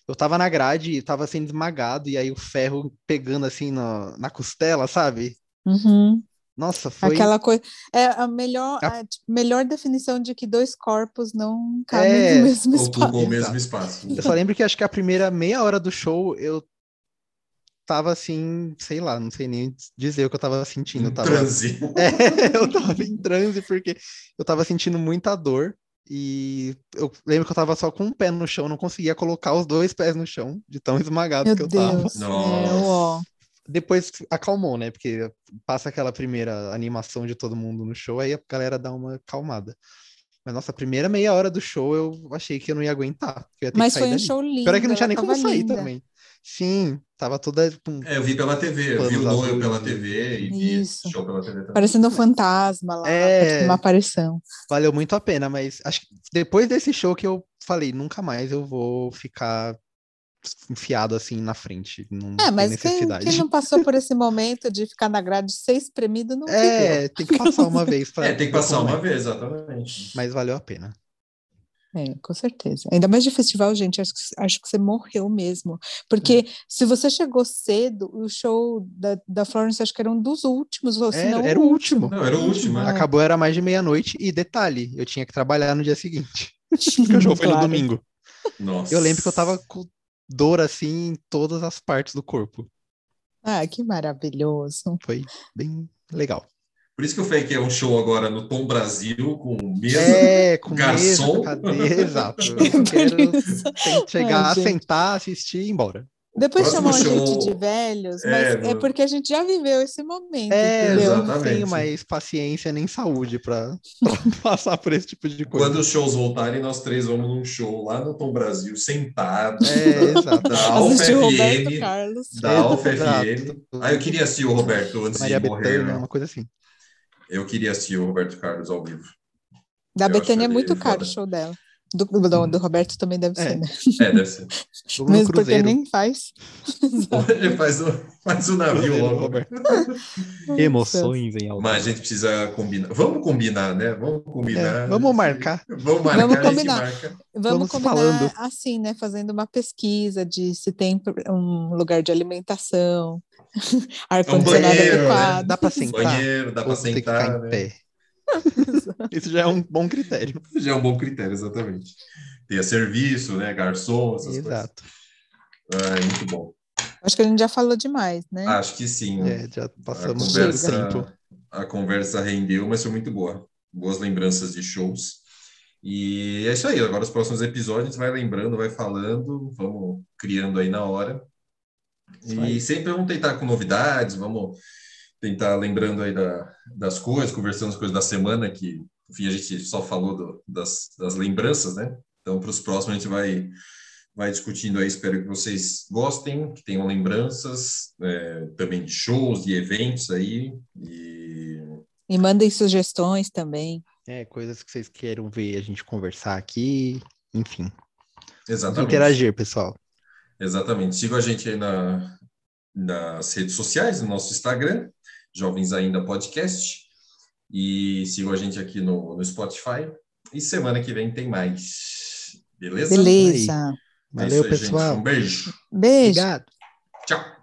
S2: eu tava na grade e tava sendo esmagado, e aí o ferro pegando assim na, na costela, sabe?
S3: Uhum.
S2: Nossa, foi.
S3: Aquela coisa. É a melhor,
S2: A-
S3: a, tipo, melhor definição de que dois corpos não cabem
S2: É,
S3: no mesmo espaço.
S1: Ocupam o mesmo espaço.
S2: Eu só lembro que acho que a primeira meia hora do show eu tava assim, sei lá, não sei nem dizer o que eu tava sentindo. Eu
S1: Em
S2: tava,
S1: transe.
S2: É, eu tava em transe porque eu tava sentindo muita dor. E eu lembro que eu tava só com um pé no chão, não conseguia colocar os dois pés no chão, de tão esmagado
S3: Meu
S2: que eu tava.
S3: Deus.
S1: Nossa.
S3: É, ó.
S2: Depois acalmou, né? Porque passa aquela primeira animação de todo mundo no show, aí a galera dá uma acalmada. Mas nossa, a primeira meia hora do show eu achei que eu não ia aguentar. que eu ia ter que
S3: Mas
S2: sair
S3: foi um
S2: dali.
S3: show lindo.
S2: Pior é que não tinha
S3: ela
S2: nem como
S3: tava
S2: sair
S3: linda.
S2: também. Sim, tava toda tipo, com.
S1: É, eu vi pela TV, eu vi o
S2: Planos
S1: Noel
S2: azuis,
S1: pela
S2: né?
S1: TV e vi esse
S3: Isso.
S1: show pela TV também.
S3: Parecendo um fantasma lá,
S2: É.
S3: tipo, uma aparição.
S2: Valeu muito a pena, mas acho que depois desse show que eu falei, nunca mais eu vou ficar enfiado assim na frente. Não
S3: É,
S2: tem
S3: mas quem,
S2: necessidade.
S3: quem não passou por esse momento de ficar na grade ser espremido não
S2: É, tem que passar uma vez pra.
S1: É, tem que passar
S2: pra
S1: uma
S2: comer,
S1: vez, exatamente.
S2: Mas valeu a pena.
S3: É, com certeza. Ainda mais de festival, gente, acho que, acho que você morreu mesmo. Porque
S2: É.
S3: se você chegou cedo, o show da, da Florence acho que era um dos últimos, ou se
S2: Era,
S3: não
S2: era o último.
S1: Não, era o último, né?
S2: Acabou, era mais de meia-noite. E detalhe, eu tinha que trabalhar no dia seguinte. Porque o jogo foi no
S3: Claro.
S2: domingo.
S1: Nossa.
S2: Eu lembro que eu tava com dor assim em todas as partes do corpo.
S3: Ah, que maravilhoso.
S2: Foi bem legal.
S1: Por isso que eu falei que é um show agora no Tom Brasil, com mesa.
S2: É, com
S1: Garçom.
S2: mesa, cadeira, exato. Eu quero tem- chegar,
S3: Ai, gente.
S2: sentar, assistir e ir embora.
S3: Depois
S1: Próximo
S3: chamam a
S1: show-
S3: gente de velhos, mas
S1: É,
S3: é,
S1: meu-
S3: porque a gente já viveu esse momento,
S2: É,
S3: entendeu?
S2: eu não
S1: Exatamente.
S2: tenho mais paciência nem saúde pra pra passar por esse tipo de coisa.
S1: Quando os shows voltarem, nós três vamos num show lá no Tom Brasil, sentados.
S2: É, exato.
S1: Da Alfa
S3: Assistiu Roberto
S1: FM.
S3: Carlos.
S1: Da Alfa
S2: Exato.
S1: FM. Ah, eu queria assistir o Roberto antes
S2: Maria
S1: de morrer.
S2: Bethânia,
S1: né?
S2: uma coisa assim.
S1: Eu queria assistir o Roberto Carlos ao vivo.
S3: Da
S1: Eu
S3: Betânia é
S1: acho
S3: muito
S1: ele
S3: caro
S1: foda.
S3: o
S1: Uhum.
S3: show dela. Do, do, do- do Roberto também deve
S2: É,
S3: ser, né?
S1: É, deve ser.
S2: Vamos no
S3: Mesmo porque
S2: Cruzeiro.
S3: nem faz.
S1: Ele faz o, faz o navio
S2: Cruzeiro,
S1: Ah, logo.
S2: Roberto. Emoções em alta.
S1: Mas a gente precisa combinar. Vamos combinar, né? Vamos combinar.
S2: É, vamos marcar.
S1: Vamos marcar,
S3: Vamos
S1: a gente
S3: combinar.
S1: marca.
S3: Vamos
S2: Vamos
S3: combinar
S2: falando.
S3: assim, né? Fazendo uma pesquisa de se tem pr- um lugar de alimentação, ar-condicionado
S1: É um banheiro, né?
S3: adequado.
S2: Dá pra sentar.
S1: Banheiro, dá para
S2: ou tem que ficar
S1: sentar.
S2: em
S1: né?
S2: pé. Isso já é um bom critério.
S1: Já é um bom critério, exatamente. Tenha serviço, né? Garçom, essas
S2: Exato.
S1: coisas. Ah, é muito bom.
S3: Acho que a gente já falou demais, né?
S1: Acho que sim.
S2: É, já passamos
S1: a
S2: do
S1: conversa,
S2: tempo.
S1: A conversa rendeu, mas foi muito boa. Boas lembranças de shows. E é isso aí. Agora, os próximos episódios, vai lembrando, vai falando, vamos criando aí na hora.
S2: Isso aí.
S1: E sempre vamos tentar com novidades, vamos tentar lembrando aí da- das coisas, conversando as coisas da semana, que, enfim, a gente só falou do- das, das lembranças, né? Então, para os próximos, a gente vai, vai discutindo aí. Espero que vocês gostem, que tenham lembranças é, também de shows, de eventos aí. E
S3: E mandem sugestões também.
S2: É, coisas que vocês queiram ver a gente conversar aqui. Enfim,
S1: exatamente. É
S2: interagir, pessoal.
S1: Exatamente. Siga a gente aí na, nas redes sociais, no nosso Instagram, Jovens Ainda Podcast. E sigam a gente aqui no, no Spotify. E semana que vem tem mais. Beleza?
S3: Beleza.
S1: É
S2: Valeu,
S1: isso aí, gente.
S2: pessoal.
S1: Um beijo.
S3: Beijo.
S2: Obrigado.
S1: Tchau.